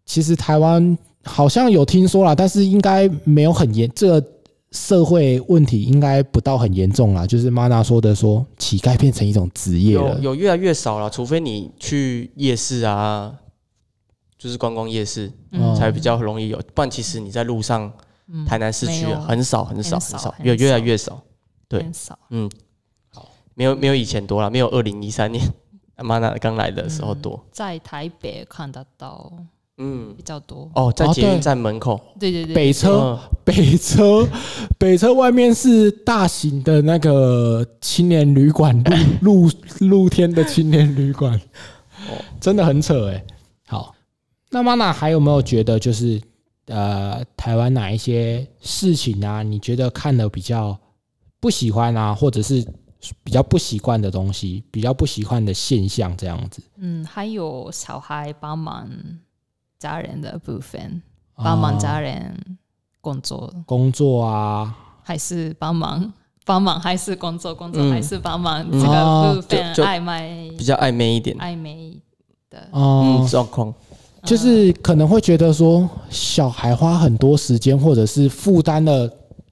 Speaker 2: 其实台湾好像有听说啦，但是应该没有很严，这个社会问题应该不到很严重啦。就是玛娜说的说，乞丐变成一种职业
Speaker 1: 有
Speaker 2: 了，
Speaker 1: 有越来越少了，除非你去夜市啊，就是观光夜市
Speaker 2: 哦
Speaker 3: 嗯
Speaker 1: 才比较容易有，不然其实你在路上
Speaker 3: 嗯
Speaker 1: 台南市区啊
Speaker 3: 没有
Speaker 1: 很少很少
Speaker 3: 很
Speaker 1: 很
Speaker 3: 少
Speaker 1: 少，
Speaker 3: 很
Speaker 1: 越
Speaker 3: 少
Speaker 1: 越来越少，对
Speaker 3: 很少，
Speaker 1: 嗯
Speaker 2: 好，
Speaker 1: 没有没有以前多了，没有二零一三年阿玛娜刚来的时候多，
Speaker 3: 在台北看得到
Speaker 1: 嗯，
Speaker 3: 比较多。
Speaker 1: 哦，在
Speaker 2: 哦
Speaker 1: 捷
Speaker 2: 对
Speaker 1: 运站门口，
Speaker 3: 对对对，
Speaker 2: 北车、
Speaker 1: 嗯
Speaker 2: [LAUGHS] 北车，北车外面是大型的那个青年旅馆，露露露天的青年旅馆，
Speaker 1: 哦
Speaker 2: 真的很扯哎、好，那玛娜还有没有觉得就是呃，台湾哪一些事情啊，你觉得看的比较不喜欢啊，或者是比较不习惯的东西，比较不习惯的现象这样子？
Speaker 3: 嗯，还有小孩帮忙家人的部分，帮忙
Speaker 2: 啊
Speaker 3: 家人工作，
Speaker 2: 工作啊，
Speaker 3: 还是帮忙 [LAUGHS] 帮忙还是工作，工作
Speaker 1: 嗯
Speaker 3: 还是帮忙
Speaker 1: 嗯
Speaker 3: 这
Speaker 2: 哦
Speaker 3: 个部分
Speaker 1: 就就
Speaker 3: 暧昧
Speaker 1: 嗯比较暧昧一点，
Speaker 3: 暧昧的
Speaker 2: 哦、
Speaker 1: 嗯，状况，
Speaker 2: 就是可能会觉得说，小孩花很多时间，或者是负担了，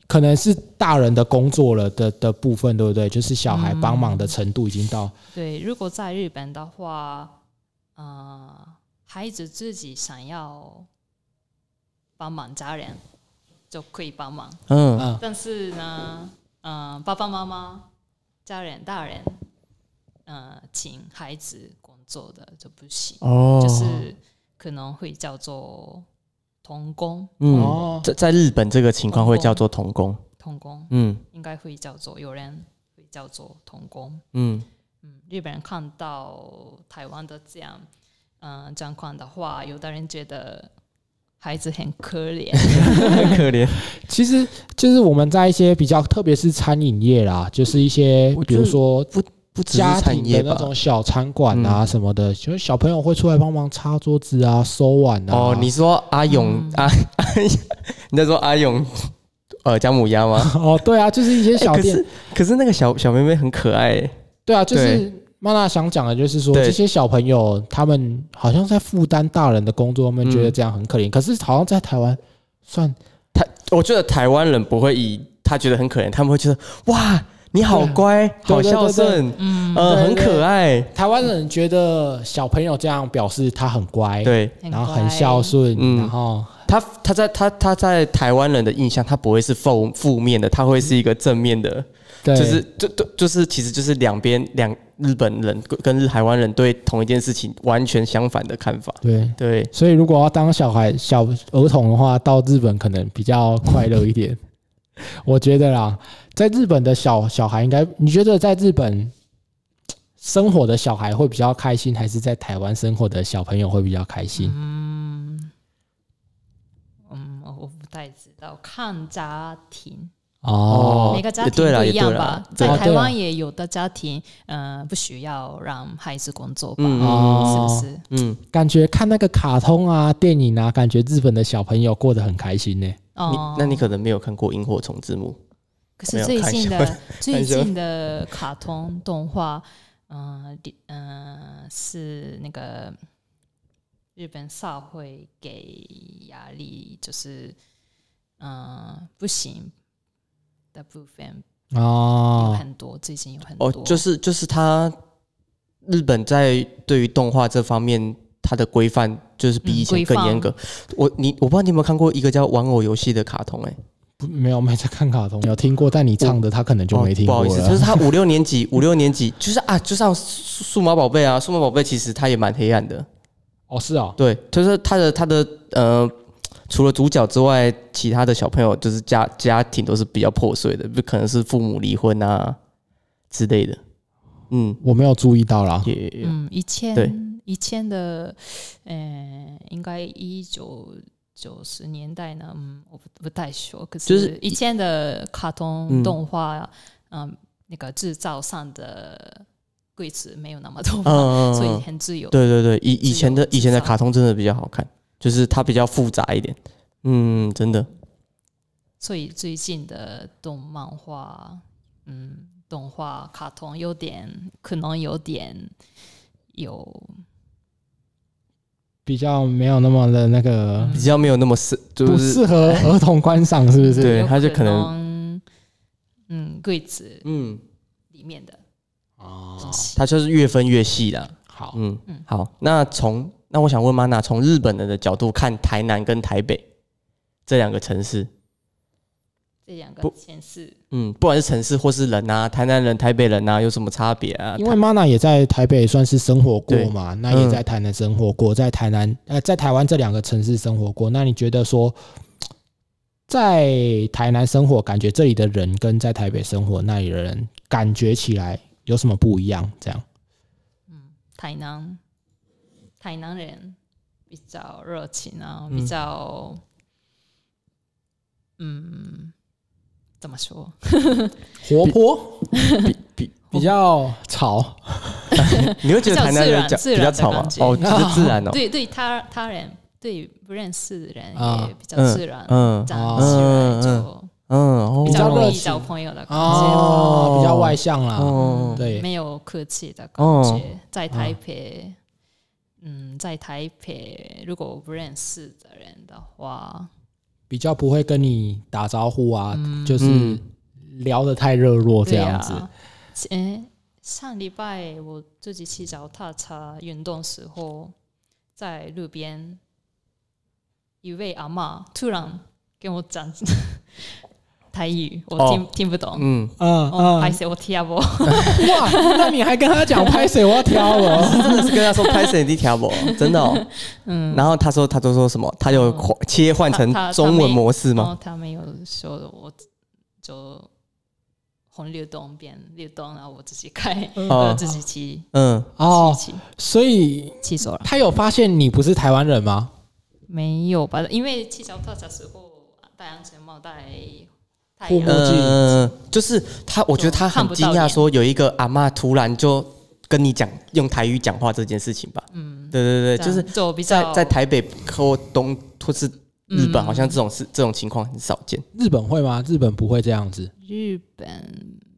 Speaker 2: 可能是大人的工作了的的部分，对不对？就是小孩帮忙的程度已经到，
Speaker 3: 对，如果在日本的话，呃，孩子自己想要帮忙家人就可以帮忙，
Speaker 1: 嗯，
Speaker 2: 嗯，
Speaker 3: 但是呢，呃，爸爸妈妈、家人、大人，呃，请孩子工作的就不行，
Speaker 1: 哦
Speaker 3: 就是可能会叫做童工，
Speaker 1: 嗯，
Speaker 2: 哦，
Speaker 1: 在在日本这个情况会叫做童工，
Speaker 3: 童工
Speaker 1: 嗯
Speaker 3: 应该会叫做有人会叫做童工。
Speaker 1: 嗯 [LAUGHS]
Speaker 3: 嗯，日本人看到台湾的这样，嗯、状况的话，有的人觉得孩子很
Speaker 1: [LAUGHS]
Speaker 3: 可怜，
Speaker 1: 很可怜，
Speaker 2: 其实就是我们在一些比较，特别是餐饮业啦，就是一些
Speaker 1: 我觉
Speaker 2: 比
Speaker 1: 得
Speaker 2: 如说
Speaker 1: 不只是
Speaker 2: 家庭
Speaker 1: 产业
Speaker 2: 的那
Speaker 1: 吧，嗯
Speaker 2: 种小餐馆啊什么的，就是小朋友会出来帮忙擦桌子啊、收碗啊。
Speaker 1: 哦，你说阿勇
Speaker 2: 嗯
Speaker 1: 阿阿， [LAUGHS] 你在说阿勇呃姜母鸭吗？
Speaker 2: [LAUGHS] 哦，对啊，就是一些小
Speaker 1: 哎可
Speaker 2: 店
Speaker 1: 是可是那个小小妹妹很可爱欸，
Speaker 2: 对啊，就
Speaker 1: 对
Speaker 2: 是妈妈想讲的，就是说
Speaker 1: 对
Speaker 2: 这些小朋友他们好像在负担大人的工作，他们觉得
Speaker 1: 嗯
Speaker 2: 这样很可怜。可是好像在台湾算
Speaker 1: 台，我觉得台湾人不会以他觉得很可怜，他们会觉得哇，你好乖，
Speaker 2: 对
Speaker 1: 好孝顺，
Speaker 3: 嗯，
Speaker 1: 呃，
Speaker 2: 对
Speaker 1: 很可爱，
Speaker 2: 台湾人觉得小朋友这样表示他很乖，，
Speaker 1: 对
Speaker 2: 然后很孝顺，
Speaker 1: 嗯
Speaker 2: 然后
Speaker 1: 他，他在他他在台湾人的印象，他不会是负负面的，他会是一个正面的，
Speaker 2: 对，
Speaker 1: 就是就就就是其实就是两边两日本人跟日台湾人对同一件事情完全相反的看法，
Speaker 2: 对。
Speaker 1: 对，
Speaker 2: 所以如果要当小孩小儿童的话，到日本可能比较快乐一点， [LAUGHS] 我觉得啦，在日本的小小孩应该，你觉得在日本生活的小孩会比较开心，还是在台湾生活的小朋友会比较开心？
Speaker 3: 嗯嗯，我不太知道，看家庭。
Speaker 2: 哦，
Speaker 3: 每个家
Speaker 1: 也
Speaker 3: 庭
Speaker 1: 对啦
Speaker 3: 不一样
Speaker 1: 也对啦
Speaker 3: 吧，
Speaker 1: 对啊
Speaker 3: 在
Speaker 2: 啦
Speaker 3: 台湾也有的家庭，嗯，不需要让孩子工作吧，
Speaker 1: 嗯
Speaker 2: 哦
Speaker 3: 是不是？
Speaker 1: 嗯，
Speaker 2: 感觉看那个卡通啊、电影啊，感觉日本的小朋友过得很开心呢、
Speaker 1: 你
Speaker 3: 哦，
Speaker 1: 那你可能没有看过《萤火虫之墓
Speaker 3: 可是最
Speaker 1: 没
Speaker 3: 近
Speaker 1: 有
Speaker 3: 的
Speaker 1: 玩
Speaker 3: 最
Speaker 1: 笑
Speaker 3: 近的卡通动画，嗯、里嗯、是那个日本社会给压力，就是嗯、不行的部分有
Speaker 2: 哦，
Speaker 3: 很多，最近有很》多，
Speaker 1: 哦，就是就是他日本在对于动画这方面。它的规范就是比
Speaker 3: 嗯
Speaker 1: 以前
Speaker 3: 规
Speaker 1: 更
Speaker 3: 范
Speaker 1: 严格。我你我不知道你有没有看过一个叫《玩偶游戏》的卡通、欸，
Speaker 2: 不没有没在看卡通，有听过，但你唱的他可能就没听
Speaker 1: 哦。
Speaker 2: 过
Speaker 1: 不好意
Speaker 2: 了。
Speaker 1: 思，就是他五六年级， [LAUGHS] 五六年级就是啊，就像数数码宝贝啊，数码宝贝其实它也蛮黑暗的。
Speaker 2: 哦，是哦，
Speaker 1: 对，就是他的他的呃，除了主角之外，其他的小朋友就是家家庭都是比较破碎的，不可能是父母离婚啊之类的。嗯，
Speaker 2: 我没有注意到啦。
Speaker 1: 也、
Speaker 3: 嗯，以
Speaker 1: 对
Speaker 3: 前以前的，呃，应该一九九十年代呢，嗯，我不不太熟，可
Speaker 1: 就是
Speaker 3: 是以前的卡通动画，嗯、那个制造上的规则没有那么多
Speaker 1: 嗯
Speaker 3: 嘛，
Speaker 1: 嗯，
Speaker 3: 所以
Speaker 1: 嗯
Speaker 3: 很自由。
Speaker 1: 对对对，以以前的
Speaker 3: 自由
Speaker 1: 以前的
Speaker 3: 至上
Speaker 1: 卡通真的比较好看，就是它比较复杂一点。嗯，真的，
Speaker 3: 所以最近的动漫画，嗯，动画卡通有点可能有点有
Speaker 2: 比较没有那么的那个，
Speaker 1: 比较没有那么适，就
Speaker 2: 不
Speaker 1: 是
Speaker 2: 适合儿童观赏，是不是？
Speaker 1: 对
Speaker 3: 有
Speaker 1: 它就可能
Speaker 3: 能嗯规则
Speaker 1: 嗯，
Speaker 3: 里面的
Speaker 2: 哦
Speaker 3: 东，西。
Speaker 1: 它就是越分越细啦。
Speaker 2: 好，
Speaker 1: 嗯
Speaker 3: 嗯，
Speaker 1: 好，那从那我想问玛娜，从日本人的角度看台南跟台北这两个城市，
Speaker 3: 这两个
Speaker 1: 不
Speaker 3: 县市，
Speaker 1: 嗯，不管是城市或是人啊，台南人、台北人啊，有什么差别啊？
Speaker 2: 因为 Mana 也在台北算是生活过
Speaker 1: 对
Speaker 2: 嘛，那也在台南生活过，在台南呃，在台湾这两个城市生活过。那你觉得说，在台南生活，感觉这里的人跟在台北生活那里的人感觉起来有什么不一样？这样
Speaker 3: 台南，台南人比较热情啊，
Speaker 1: 嗯
Speaker 3: 比较，嗯，怎么说？
Speaker 2: 活泼，
Speaker 1: 比比，
Speaker 2: 比较吵，
Speaker 1: 你会觉得台南人
Speaker 3: 比较
Speaker 1: 讲
Speaker 3: 自然
Speaker 1: 比较吵吗？
Speaker 3: 自然
Speaker 1: 哦，
Speaker 3: 的
Speaker 1: 就是自然哦，
Speaker 3: 对对他，他人对不认识的人
Speaker 2: 啊
Speaker 3: 也比较自然，
Speaker 1: 嗯
Speaker 3: 这
Speaker 2: 啊
Speaker 3: 样起来
Speaker 1: 嗯
Speaker 3: 就
Speaker 1: 嗯，哦
Speaker 3: 比较容
Speaker 2: 热
Speaker 3: 易
Speaker 2: 情
Speaker 3: 交朋友的感觉，
Speaker 2: 哦，比较外向啦。
Speaker 1: 哦
Speaker 3: 嗯
Speaker 2: 对
Speaker 3: 没有客气的感
Speaker 1: 哦
Speaker 3: 觉，在台北。嗯，在台北，如果我不认识的人的话，
Speaker 2: 比较不会跟你打招呼啊，就是
Speaker 1: 嗯
Speaker 2: 聊得太热络哦这
Speaker 3: 对
Speaker 2: 样子。
Speaker 3: 啊。诶、上礼拜我自己骑脚踏车运动时候，在路边，一位阿嬷突然跟我讲 [LAUGHS] 台语，我听、听不懂。
Speaker 1: 嗯，
Speaker 2: 嗯
Speaker 3: 哦，
Speaker 2: 嗯，
Speaker 3: 还是我听不懂，
Speaker 2: 哇， [LAUGHS] 那你还跟他讲拍
Speaker 3: [LAUGHS]
Speaker 2: 谁我要挑了？
Speaker 1: 真的是跟他说拍谁你条不？真的哦，嗯，然后他说他都说什么？他有切换成
Speaker 3: 嗯他他他
Speaker 1: 中文
Speaker 3: 没
Speaker 1: 模式
Speaker 3: 然
Speaker 1: 吗？
Speaker 3: 后他没有说，我就红绿灯变绿灯，然后我自己开，我
Speaker 1: 哦，
Speaker 3: 自己骑，
Speaker 1: 嗯，
Speaker 2: 哦，
Speaker 3: 骑
Speaker 2: 所以
Speaker 3: 骑走了。
Speaker 2: 他有发现你不是台湾人吗？
Speaker 3: 没有吧？因为骑脚踏车时候戴安全帽、戴太
Speaker 2: 护
Speaker 3: 阳
Speaker 2: 目
Speaker 1: 嗯
Speaker 2: 镜
Speaker 1: 嗯嗯，嗯就是他，我觉得他很惊讶，说有一个阿嬷突然就跟你讲用台语讲话这件事情吧。嗯，对对对，就是
Speaker 3: 就比
Speaker 1: 在
Speaker 3: 较
Speaker 1: 在台北或东或是日本，
Speaker 3: 嗯
Speaker 1: 好像这种事这种情况很少见。
Speaker 2: 日本会吗？日本不会这样子。
Speaker 3: 日本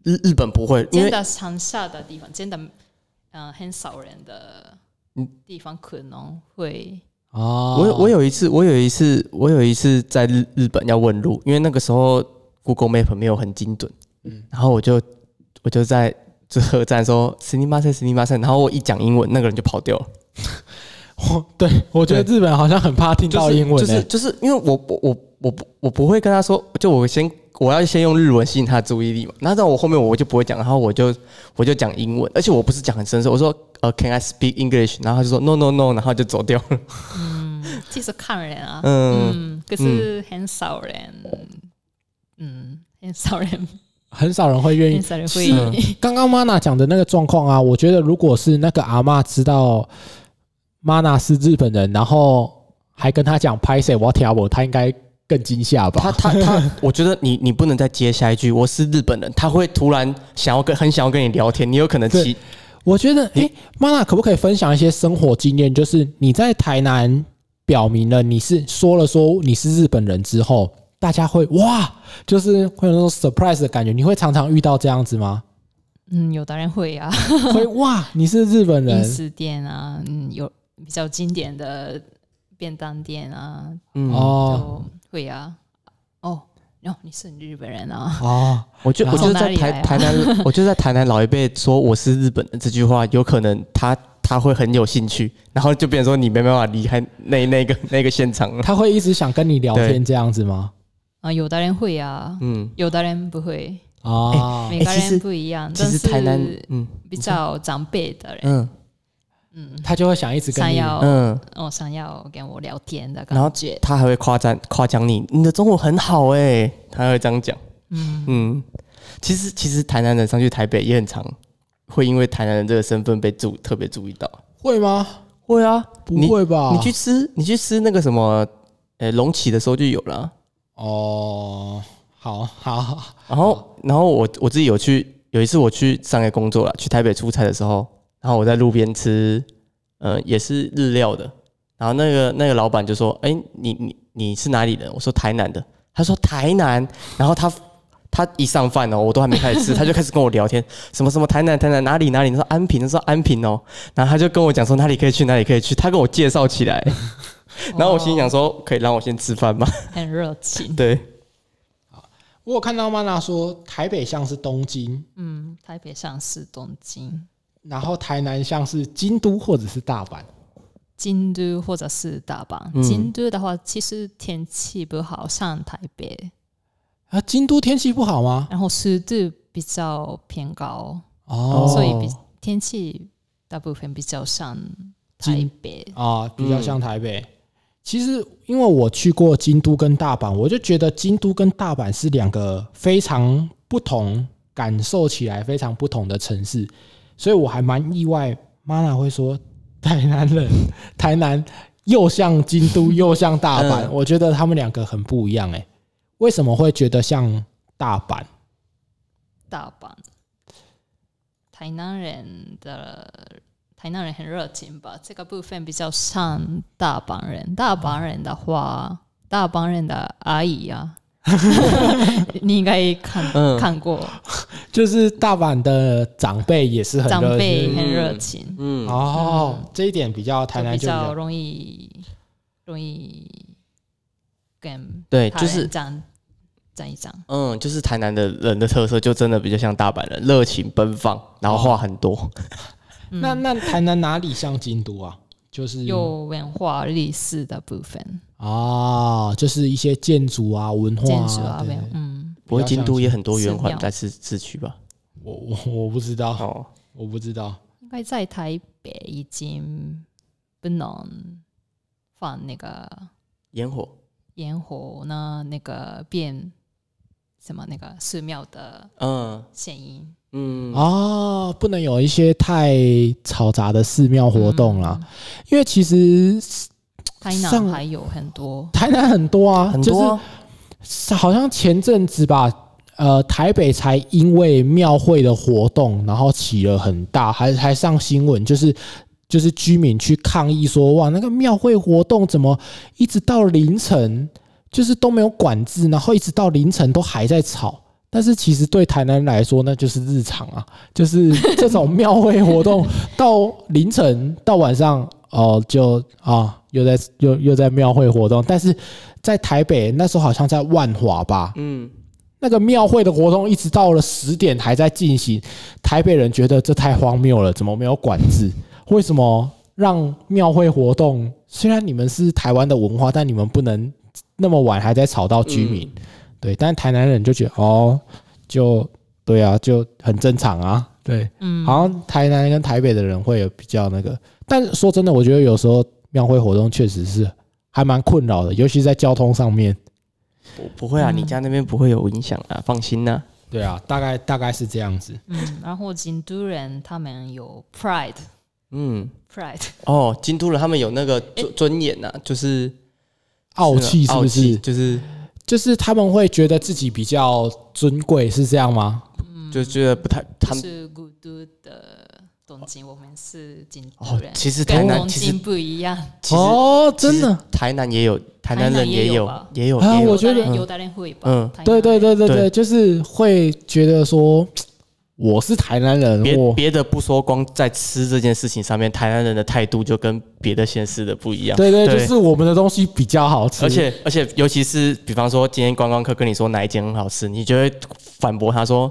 Speaker 1: 日日本不会，因
Speaker 3: 真
Speaker 1: 为
Speaker 3: 的乡下的地方，真的嗯、呃很少人的地方可能会
Speaker 2: 啊
Speaker 1: 我有我有一次，我有一次，我有一次在日日本要问路，因为那个时候 Google Map 没有很精准，嗯，然后我就我就在最后站说 s n i m a s e s n i m a s e 然后我一讲英文，那个人就跑掉了。
Speaker 2: 我 [LAUGHS] 对我觉得日本好像很怕听
Speaker 1: 就
Speaker 2: 到
Speaker 1: 是
Speaker 2: 英文、欸
Speaker 1: 就是就是因为我我我我不我不会跟他说，就我先我要先用日文吸引他的注意力嘛。那到我后面我就不会讲，然后我就我就讲英文，而且我不是讲很生涩，我说呃 Can I speak English？然后他就说 No No No，然后就走掉了。
Speaker 3: 其实看人啊，
Speaker 1: 嗯
Speaker 3: 嗯，可是很少人，嗯，很少人，
Speaker 2: 很少人会愿意
Speaker 3: 很。 [LAUGHS] 少人会
Speaker 2: 是刚刚 Mana 讲的那个状况啊，我觉得如果是那个阿嬷知道 Mana 是日本人，然后还跟他讲拍谁我要跳我，他应该更惊吓吧？
Speaker 1: 他他他， [LAUGHS] 我觉得你你不能再接下一句我是日本人，他会突然想要跟很想要跟你聊天，你有可能
Speaker 2: 对
Speaker 1: 起
Speaker 2: 我觉得，诶、m a n a 可不可以分享一些生活经验？就是你在台南表明了你是说了说你是日本人之后，大家会哇，就是会有那种 surprise 的感觉。你会常常遇到这样子吗？
Speaker 3: 嗯，有的人会啊，
Speaker 2: 会哇，你是日本
Speaker 3: 零
Speaker 2: 人
Speaker 3: 食店啊，嗯，有比较经典的便当店啊，
Speaker 1: 嗯
Speaker 2: 哦
Speaker 3: 就会啊，哦，哦，你是日本人啊，
Speaker 2: 哦，
Speaker 1: 我就
Speaker 2: 然
Speaker 1: 我
Speaker 2: 后
Speaker 1: 就
Speaker 3: 从哪
Speaker 1: 在
Speaker 3: 里
Speaker 1: 台
Speaker 3: 来啊
Speaker 1: 台南， [LAUGHS] 我就在台南老一辈说我是日本人这句话，有可能他他会很有兴趣，然后就变成说你没办法离开那那个那个现场了。
Speaker 2: 他会一直想跟你聊天这样子吗？
Speaker 3: 啊，有的人会啊，
Speaker 1: 嗯，
Speaker 3: 有的人不会，
Speaker 2: 啊，
Speaker 3: 每个
Speaker 1: 其实
Speaker 3: 人不一样，
Speaker 1: 哎其
Speaker 3: 但
Speaker 1: 实台南，嗯
Speaker 3: 比较长辈的人，
Speaker 1: 嗯
Speaker 3: 嗯，
Speaker 2: 他就会想一直跟
Speaker 3: 想
Speaker 2: 你
Speaker 3: 要、
Speaker 1: 嗯，
Speaker 3: 哦想要跟我聊天的
Speaker 1: 然后
Speaker 3: 感觉，
Speaker 1: 他还会夸赞夸奖你，你的中文很好哎、他会这样讲。
Speaker 3: 嗯，
Speaker 1: 嗯，其实其实台南人上去台北也很常会因为台南人这个身份被注特别注意到。
Speaker 2: 会吗？
Speaker 1: 会啊，
Speaker 2: 不会吧？
Speaker 1: 你去吃你去吃那个什么，呃、隆起的时候就有了啊。
Speaker 2: 哦，好好
Speaker 1: 然后，然后我我自己有去，有一次我去上海工作了，去台北出差的时候，然后我在路边吃，呃，也是日料的。然后那个那个老板就说：“哎，你你你是哪里人？”我说：“台南的。”他说：“台南。”然后他他一上饭哦，我都还没开始吃，他就开始跟我聊天，什么什么台南台南哪里哪里，他说安平，他说安平哦，然后他就跟我讲说哪里可以去哪里可以去，他跟我介绍起来，然后我心里想说：“可以让我先吃饭吗
Speaker 3: 哦很热？”情，
Speaker 1: 对，
Speaker 2: 我有看到曼娜说台北像是东京，
Speaker 3: 嗯，台北像是东京、
Speaker 2: 然后台南像是京都或者是大阪。
Speaker 3: 京都或者是大阪，
Speaker 1: 嗯
Speaker 3: 京都的话其实天气不好，像台北，
Speaker 2: 啊，京都天气不好吗？
Speaker 3: 然后湿度比较偏高，
Speaker 2: 哦，
Speaker 3: 所以比天气大部分比较像台北，
Speaker 2: 啊，比较像台北。其实，因为我去过京都跟大阪，我就觉得京都跟大阪是两个非常不同、感受起来非常不同的城市，所以我还蛮意外。妈娜会说 [LAUGHS] 台南人，台南又像京都又像大阪，
Speaker 1: 嗯
Speaker 2: 我觉得他们两个很不一样哎、为什么会觉得像大阪？
Speaker 3: 大阪。台南人的台南人很热情吧，这个部分比较像大阪人。大阪人的话，大阪人的阿姨啊，你应该看、
Speaker 1: 嗯
Speaker 3: 看过，
Speaker 2: 就是大阪的长辈也是很
Speaker 3: 长
Speaker 2: 热
Speaker 3: 辈
Speaker 2: 情
Speaker 3: 很热情。
Speaker 1: 嗯，
Speaker 2: 哦，这一点比较台南
Speaker 3: 比
Speaker 2: 就比较
Speaker 3: 较容易容易跟
Speaker 1: 对，
Speaker 3: 他
Speaker 1: 就是
Speaker 3: 人讲讲一讲，
Speaker 1: 嗯，就是台南的人的特色，就真的比较像大阪人，热情奔放，然后话很
Speaker 2: 哦
Speaker 1: 多。
Speaker 2: 那嗯那台南哪里像京都啊？就是
Speaker 3: 嗯有文化历史的部分，
Speaker 2: 啊，就是一些建筑啊、文化
Speaker 3: 建筑啊，
Speaker 2: 对
Speaker 3: 文嗯，
Speaker 1: 不过京都也很多圆
Speaker 3: 寺
Speaker 1: 环
Speaker 3: 庙
Speaker 1: 在市市区吧？
Speaker 2: 我我我不知道，
Speaker 1: 哦，
Speaker 2: 我不知道。
Speaker 3: 应该在台北已经不能放那个
Speaker 1: 烟火，
Speaker 3: 烟火呢，那个变什么那个寺庙的
Speaker 1: 嗯
Speaker 3: 声音
Speaker 1: 嗯
Speaker 2: 啊，不能有一些太嘈杂的寺庙活动啦，，因为其实
Speaker 3: 嗯台
Speaker 2: 上
Speaker 3: 南嗯还有很多，
Speaker 2: 台南很多啊，
Speaker 1: 很多啊、
Speaker 2: 就是好像前阵子吧，呃，台北才因为庙会的活动，然后起了很大，还还上新闻，就是就是居民去抗议说，哇，那个庙会活动怎么一直到凌晨，就是都没有管制，然后一直到凌晨都还在吵。但是其实对台南人来说，那就是日常啊，就是这种庙会活动到凌晨到晚上哦、就啊又在又又在庙会活动，但是在台北那时候好像在万华吧，
Speaker 1: 嗯，
Speaker 2: 那个庙会的活动一直到了十点还在进行，台北人觉得这太荒谬了，怎么没有管制？为什么让庙会活动？虽然你们是台湾的文化，但你们不能那么晚还在吵到居民，对。但台南人就觉得哦，就对啊，就很正常啊，对。
Speaker 3: 嗯
Speaker 2: 好像台南跟台北的人会有比较那个，但说真的，我觉得有时候庙会活动确实是还蛮困扰的，尤其在交通上面。
Speaker 1: 不不会啊，你家那边不会有影响啊，放心呐、
Speaker 2: 对啊，大概大概是这样
Speaker 1: 啊
Speaker 2: 子。
Speaker 3: 嗯，然后京都人他们有 pride。
Speaker 1: 嗯，
Speaker 3: pride，
Speaker 1: 哦，京都人他们有那个尊尊严呐、就是啊
Speaker 2: 傲气是
Speaker 1: 傲
Speaker 2: 不
Speaker 1: 气
Speaker 2: 是？
Speaker 1: 就是
Speaker 2: 就是他们会觉得自己比较尊贵，是这样吗？
Speaker 1: 就觉得不太他们
Speaker 3: 是古都的东京，我们是京都
Speaker 1: 哦
Speaker 3: 人，，
Speaker 1: 其实台
Speaker 3: 跟
Speaker 1: 南
Speaker 3: 东
Speaker 1: 其实
Speaker 3: 京不一样。
Speaker 1: 其实
Speaker 2: 哦，
Speaker 1: 其实
Speaker 2: 真的，
Speaker 1: 台南也有台南人也有
Speaker 3: 台南
Speaker 1: 也有
Speaker 2: 吧啊
Speaker 1: 也有
Speaker 2: 我觉得
Speaker 3: 有的人
Speaker 1: 嗯
Speaker 3: 有的人会吧。
Speaker 1: 嗯
Speaker 3: 台南
Speaker 2: 对对对对
Speaker 1: 对
Speaker 2: 对，就是会觉得说我是台南人，
Speaker 1: 别
Speaker 2: 我
Speaker 1: 别的不说，光在吃这件事情上面，台南人的态度就跟别的县市的不一样。
Speaker 2: 对对，
Speaker 1: 对
Speaker 2: 就是我们的东西比较好吃，
Speaker 1: 而且而且，尤其是比方说，今天观光客跟你说哪一间很好吃，你就会反驳他说：“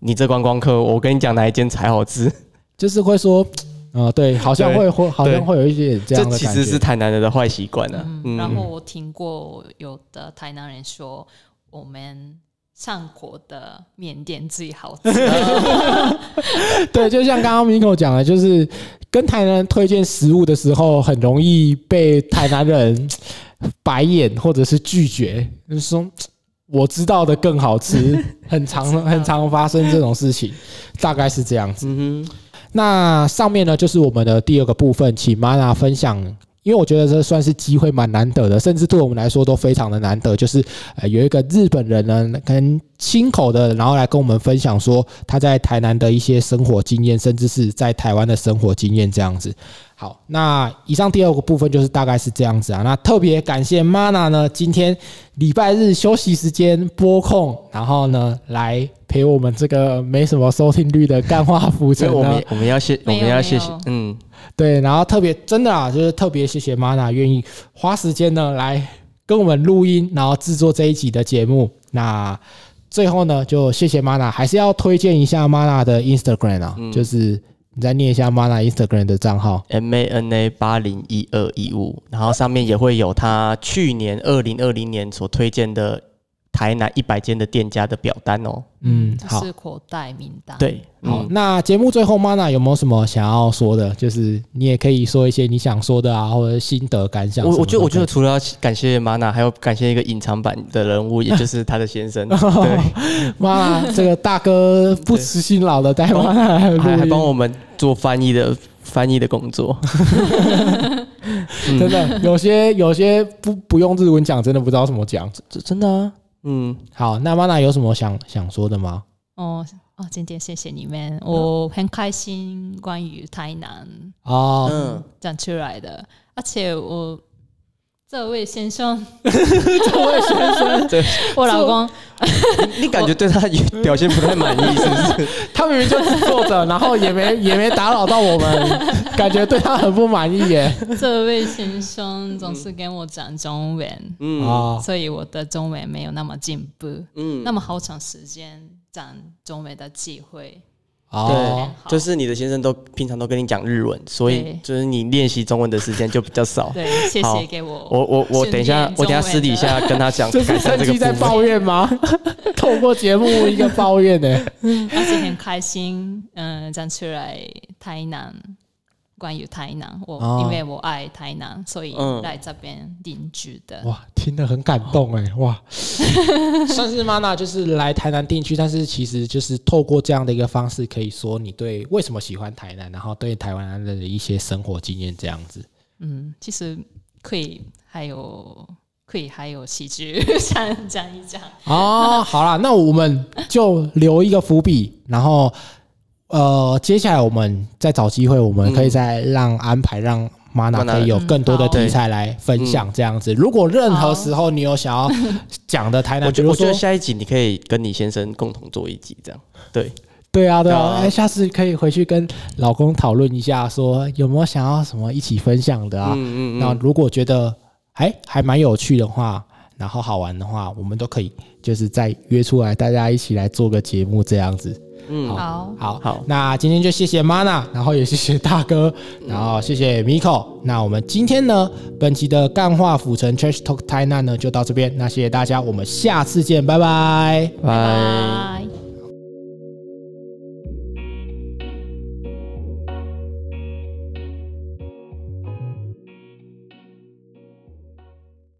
Speaker 1: 你这观光客，我跟你讲哪一间才好吃。
Speaker 2: 就是会说。啊、对，好像
Speaker 1: 对
Speaker 2: 会会，好像
Speaker 1: 对
Speaker 2: 会有一点”这
Speaker 1: 这
Speaker 2: 样的
Speaker 1: 其
Speaker 2: 感
Speaker 1: 实是
Speaker 2: 觉。
Speaker 1: 台南人的坏习惯啊。
Speaker 3: 嗯，然后我听过有的台南人说，我们上国的缅甸最好
Speaker 1: [LAUGHS]
Speaker 3: 吃。
Speaker 2: [LAUGHS] 对，就像刚刚 Miko 讲的，就是跟台南人推荐食物的时候，很容易被台南人白眼或者是拒绝，就是说我知道的更好吃，很常很常发生这种事情，大概是这样子。
Speaker 1: 嗯哼，
Speaker 2: 那上面呢，就是我们的第二个部分，请 Mana 分享，因为我觉得这算是机会蛮难得的，甚至对我们来说都非常的难得。就是呃，有一个日本人呢，跟亲口的，然后来跟我们分享说他在台南的一些生活经验，甚至是在台湾的生活经验这样子。好，那以上第二个部分就是大概是这样子啊。那特别感谢 Mana 呢，今天礼拜日休息时间播控，然后呢来陪我们这个没什么收听率的干话浮
Speaker 1: 所
Speaker 2: 沉
Speaker 1: 以
Speaker 2: 呢。
Speaker 1: 我们我们要谢我
Speaker 3: 没有
Speaker 1: 们要谢谢
Speaker 3: 没有，
Speaker 1: 嗯，
Speaker 2: 对，然后特别真的啊，就是特别谢谢 Mana 愿意花时间呢来跟我们录音，然后制作这一集的节目。那最后呢，就谢谢 Mana，还是要推荐一下 Mana 的 Instagram 啊，就是你再念一下 Mana Instagram 的账号。
Speaker 1: M A N A 八零一二一五，然后上面也会有他去年二零二零年所推荐的台南一百间的店家的表单哦。
Speaker 2: 嗯
Speaker 3: 就
Speaker 2: 好
Speaker 3: 是口袋名单。，
Speaker 1: 对，
Speaker 2: 好，
Speaker 1: 嗯，
Speaker 2: 那节目最后 Mana 有没有什么想要说的？就是你也可以说一些你想说的啊，或者心得感想什
Speaker 1: 我
Speaker 2: 么的。
Speaker 1: 我觉得我觉得除了要感谢 Mana，还有感谢一个隐藏版的人物，也就是他的先
Speaker 2: [LAUGHS]
Speaker 1: 生，对，
Speaker 2: Mana 这个大哥不辞辛劳的带 Mana 来录
Speaker 1: 还还
Speaker 2: 音
Speaker 1: 帮我们做翻译的翻译的工作。嗯
Speaker 2: 真的有些有些不不用日文讲，真的不知道怎么讲。
Speaker 1: 这真的啊，嗯，
Speaker 2: 好，那 Mana 有什么想想说的吗？
Speaker 3: 哦哦，今天谢谢你们，
Speaker 1: 嗯
Speaker 3: 我很开心关于台南
Speaker 2: 哦，
Speaker 1: 嗯，
Speaker 3: 讲出来的，而且我这位
Speaker 1: [LAUGHS]
Speaker 3: 先生，
Speaker 2: 这位先生，
Speaker 3: 我老公
Speaker 1: 你感觉对他表现不太满意，是不是？
Speaker 2: 他明明就只坐着，然后也没 [LAUGHS] 也没打扰到我们，感觉对他很不满意耶。
Speaker 3: 这位先生总是跟我讲中文，
Speaker 1: 嗯
Speaker 2: 啊，
Speaker 3: 所以我的中文没有那么进步。
Speaker 1: 嗯
Speaker 3: 那么好长时间讲中文的机会，
Speaker 2: 哦，
Speaker 3: 好
Speaker 1: 就是你的先生都平常都跟你讲日文，所以
Speaker 3: 对
Speaker 1: 就是你练习中文的时间就比较少。
Speaker 3: 对，谢
Speaker 1: 好
Speaker 3: 谢给我。
Speaker 1: 我我我等一下
Speaker 3: 训练中文，的
Speaker 1: 我等一下私底下跟他
Speaker 2: [LAUGHS]
Speaker 1: 讲，
Speaker 2: 这是
Speaker 1: 改善
Speaker 2: 生
Speaker 1: 这个
Speaker 2: 气在
Speaker 1: 部分。
Speaker 2: 抱怨吗？ [LAUGHS] 透过节目一个抱怨呢。
Speaker 3: 而且很开心，嗯、讲出来台南，关于台南，我、
Speaker 2: 哦
Speaker 3: 因为我爱台南，所以
Speaker 1: 啊嗯
Speaker 3: 来这边定居的。
Speaker 2: 哇，听得很感动哎、 [LAUGHS] 哇，算是 Mana 就是来台南定居，但是其实就是透过这样的一个方式，可以说你对为什么喜欢台南，然后对台湾人的一些生活经验这样子。
Speaker 3: 嗯，其实可以还有可以还有喜剧， [LAUGHS] 想讲一讲。
Speaker 2: 哦，好啦，那我们就留一个伏笔，然后呃，接下来我们再找机会，我们可以再让安排让。Mana
Speaker 1: Mana，
Speaker 2: 可以有更多的
Speaker 3: 嗯好
Speaker 2: 题材来分享，这样子。如果任何时候你有想要讲的台南，
Speaker 1: 我
Speaker 2: 比
Speaker 1: 觉得
Speaker 2: 如
Speaker 1: 我觉
Speaker 2: 说
Speaker 1: 得下一集你可以跟你先生共同做一集，这样对，
Speaker 2: 对啊，对
Speaker 1: 对
Speaker 2: 啊，
Speaker 1: 啊
Speaker 2: 哎、下次可以回去跟老公讨论一下，说有没有想要什么一起分享的啊？
Speaker 1: 嗯
Speaker 2: 那如果觉得哎还蛮有趣的话，然后好玩的话，我们都可以就是再约出来，大家一起来做个节目这样子。
Speaker 1: 嗯
Speaker 3: 好
Speaker 2: 好，
Speaker 1: 好
Speaker 2: 那今天就谢谢 Mana，然后也谢谢大哥，然
Speaker 1: 嗯
Speaker 2: 后谢谢 Miko。那我们今天呢，本期的干话府城 Trash Talk 台南呢就到这边，那谢谢大家，我们下次见，拜拜。
Speaker 1: 拜。
Speaker 3: 拜。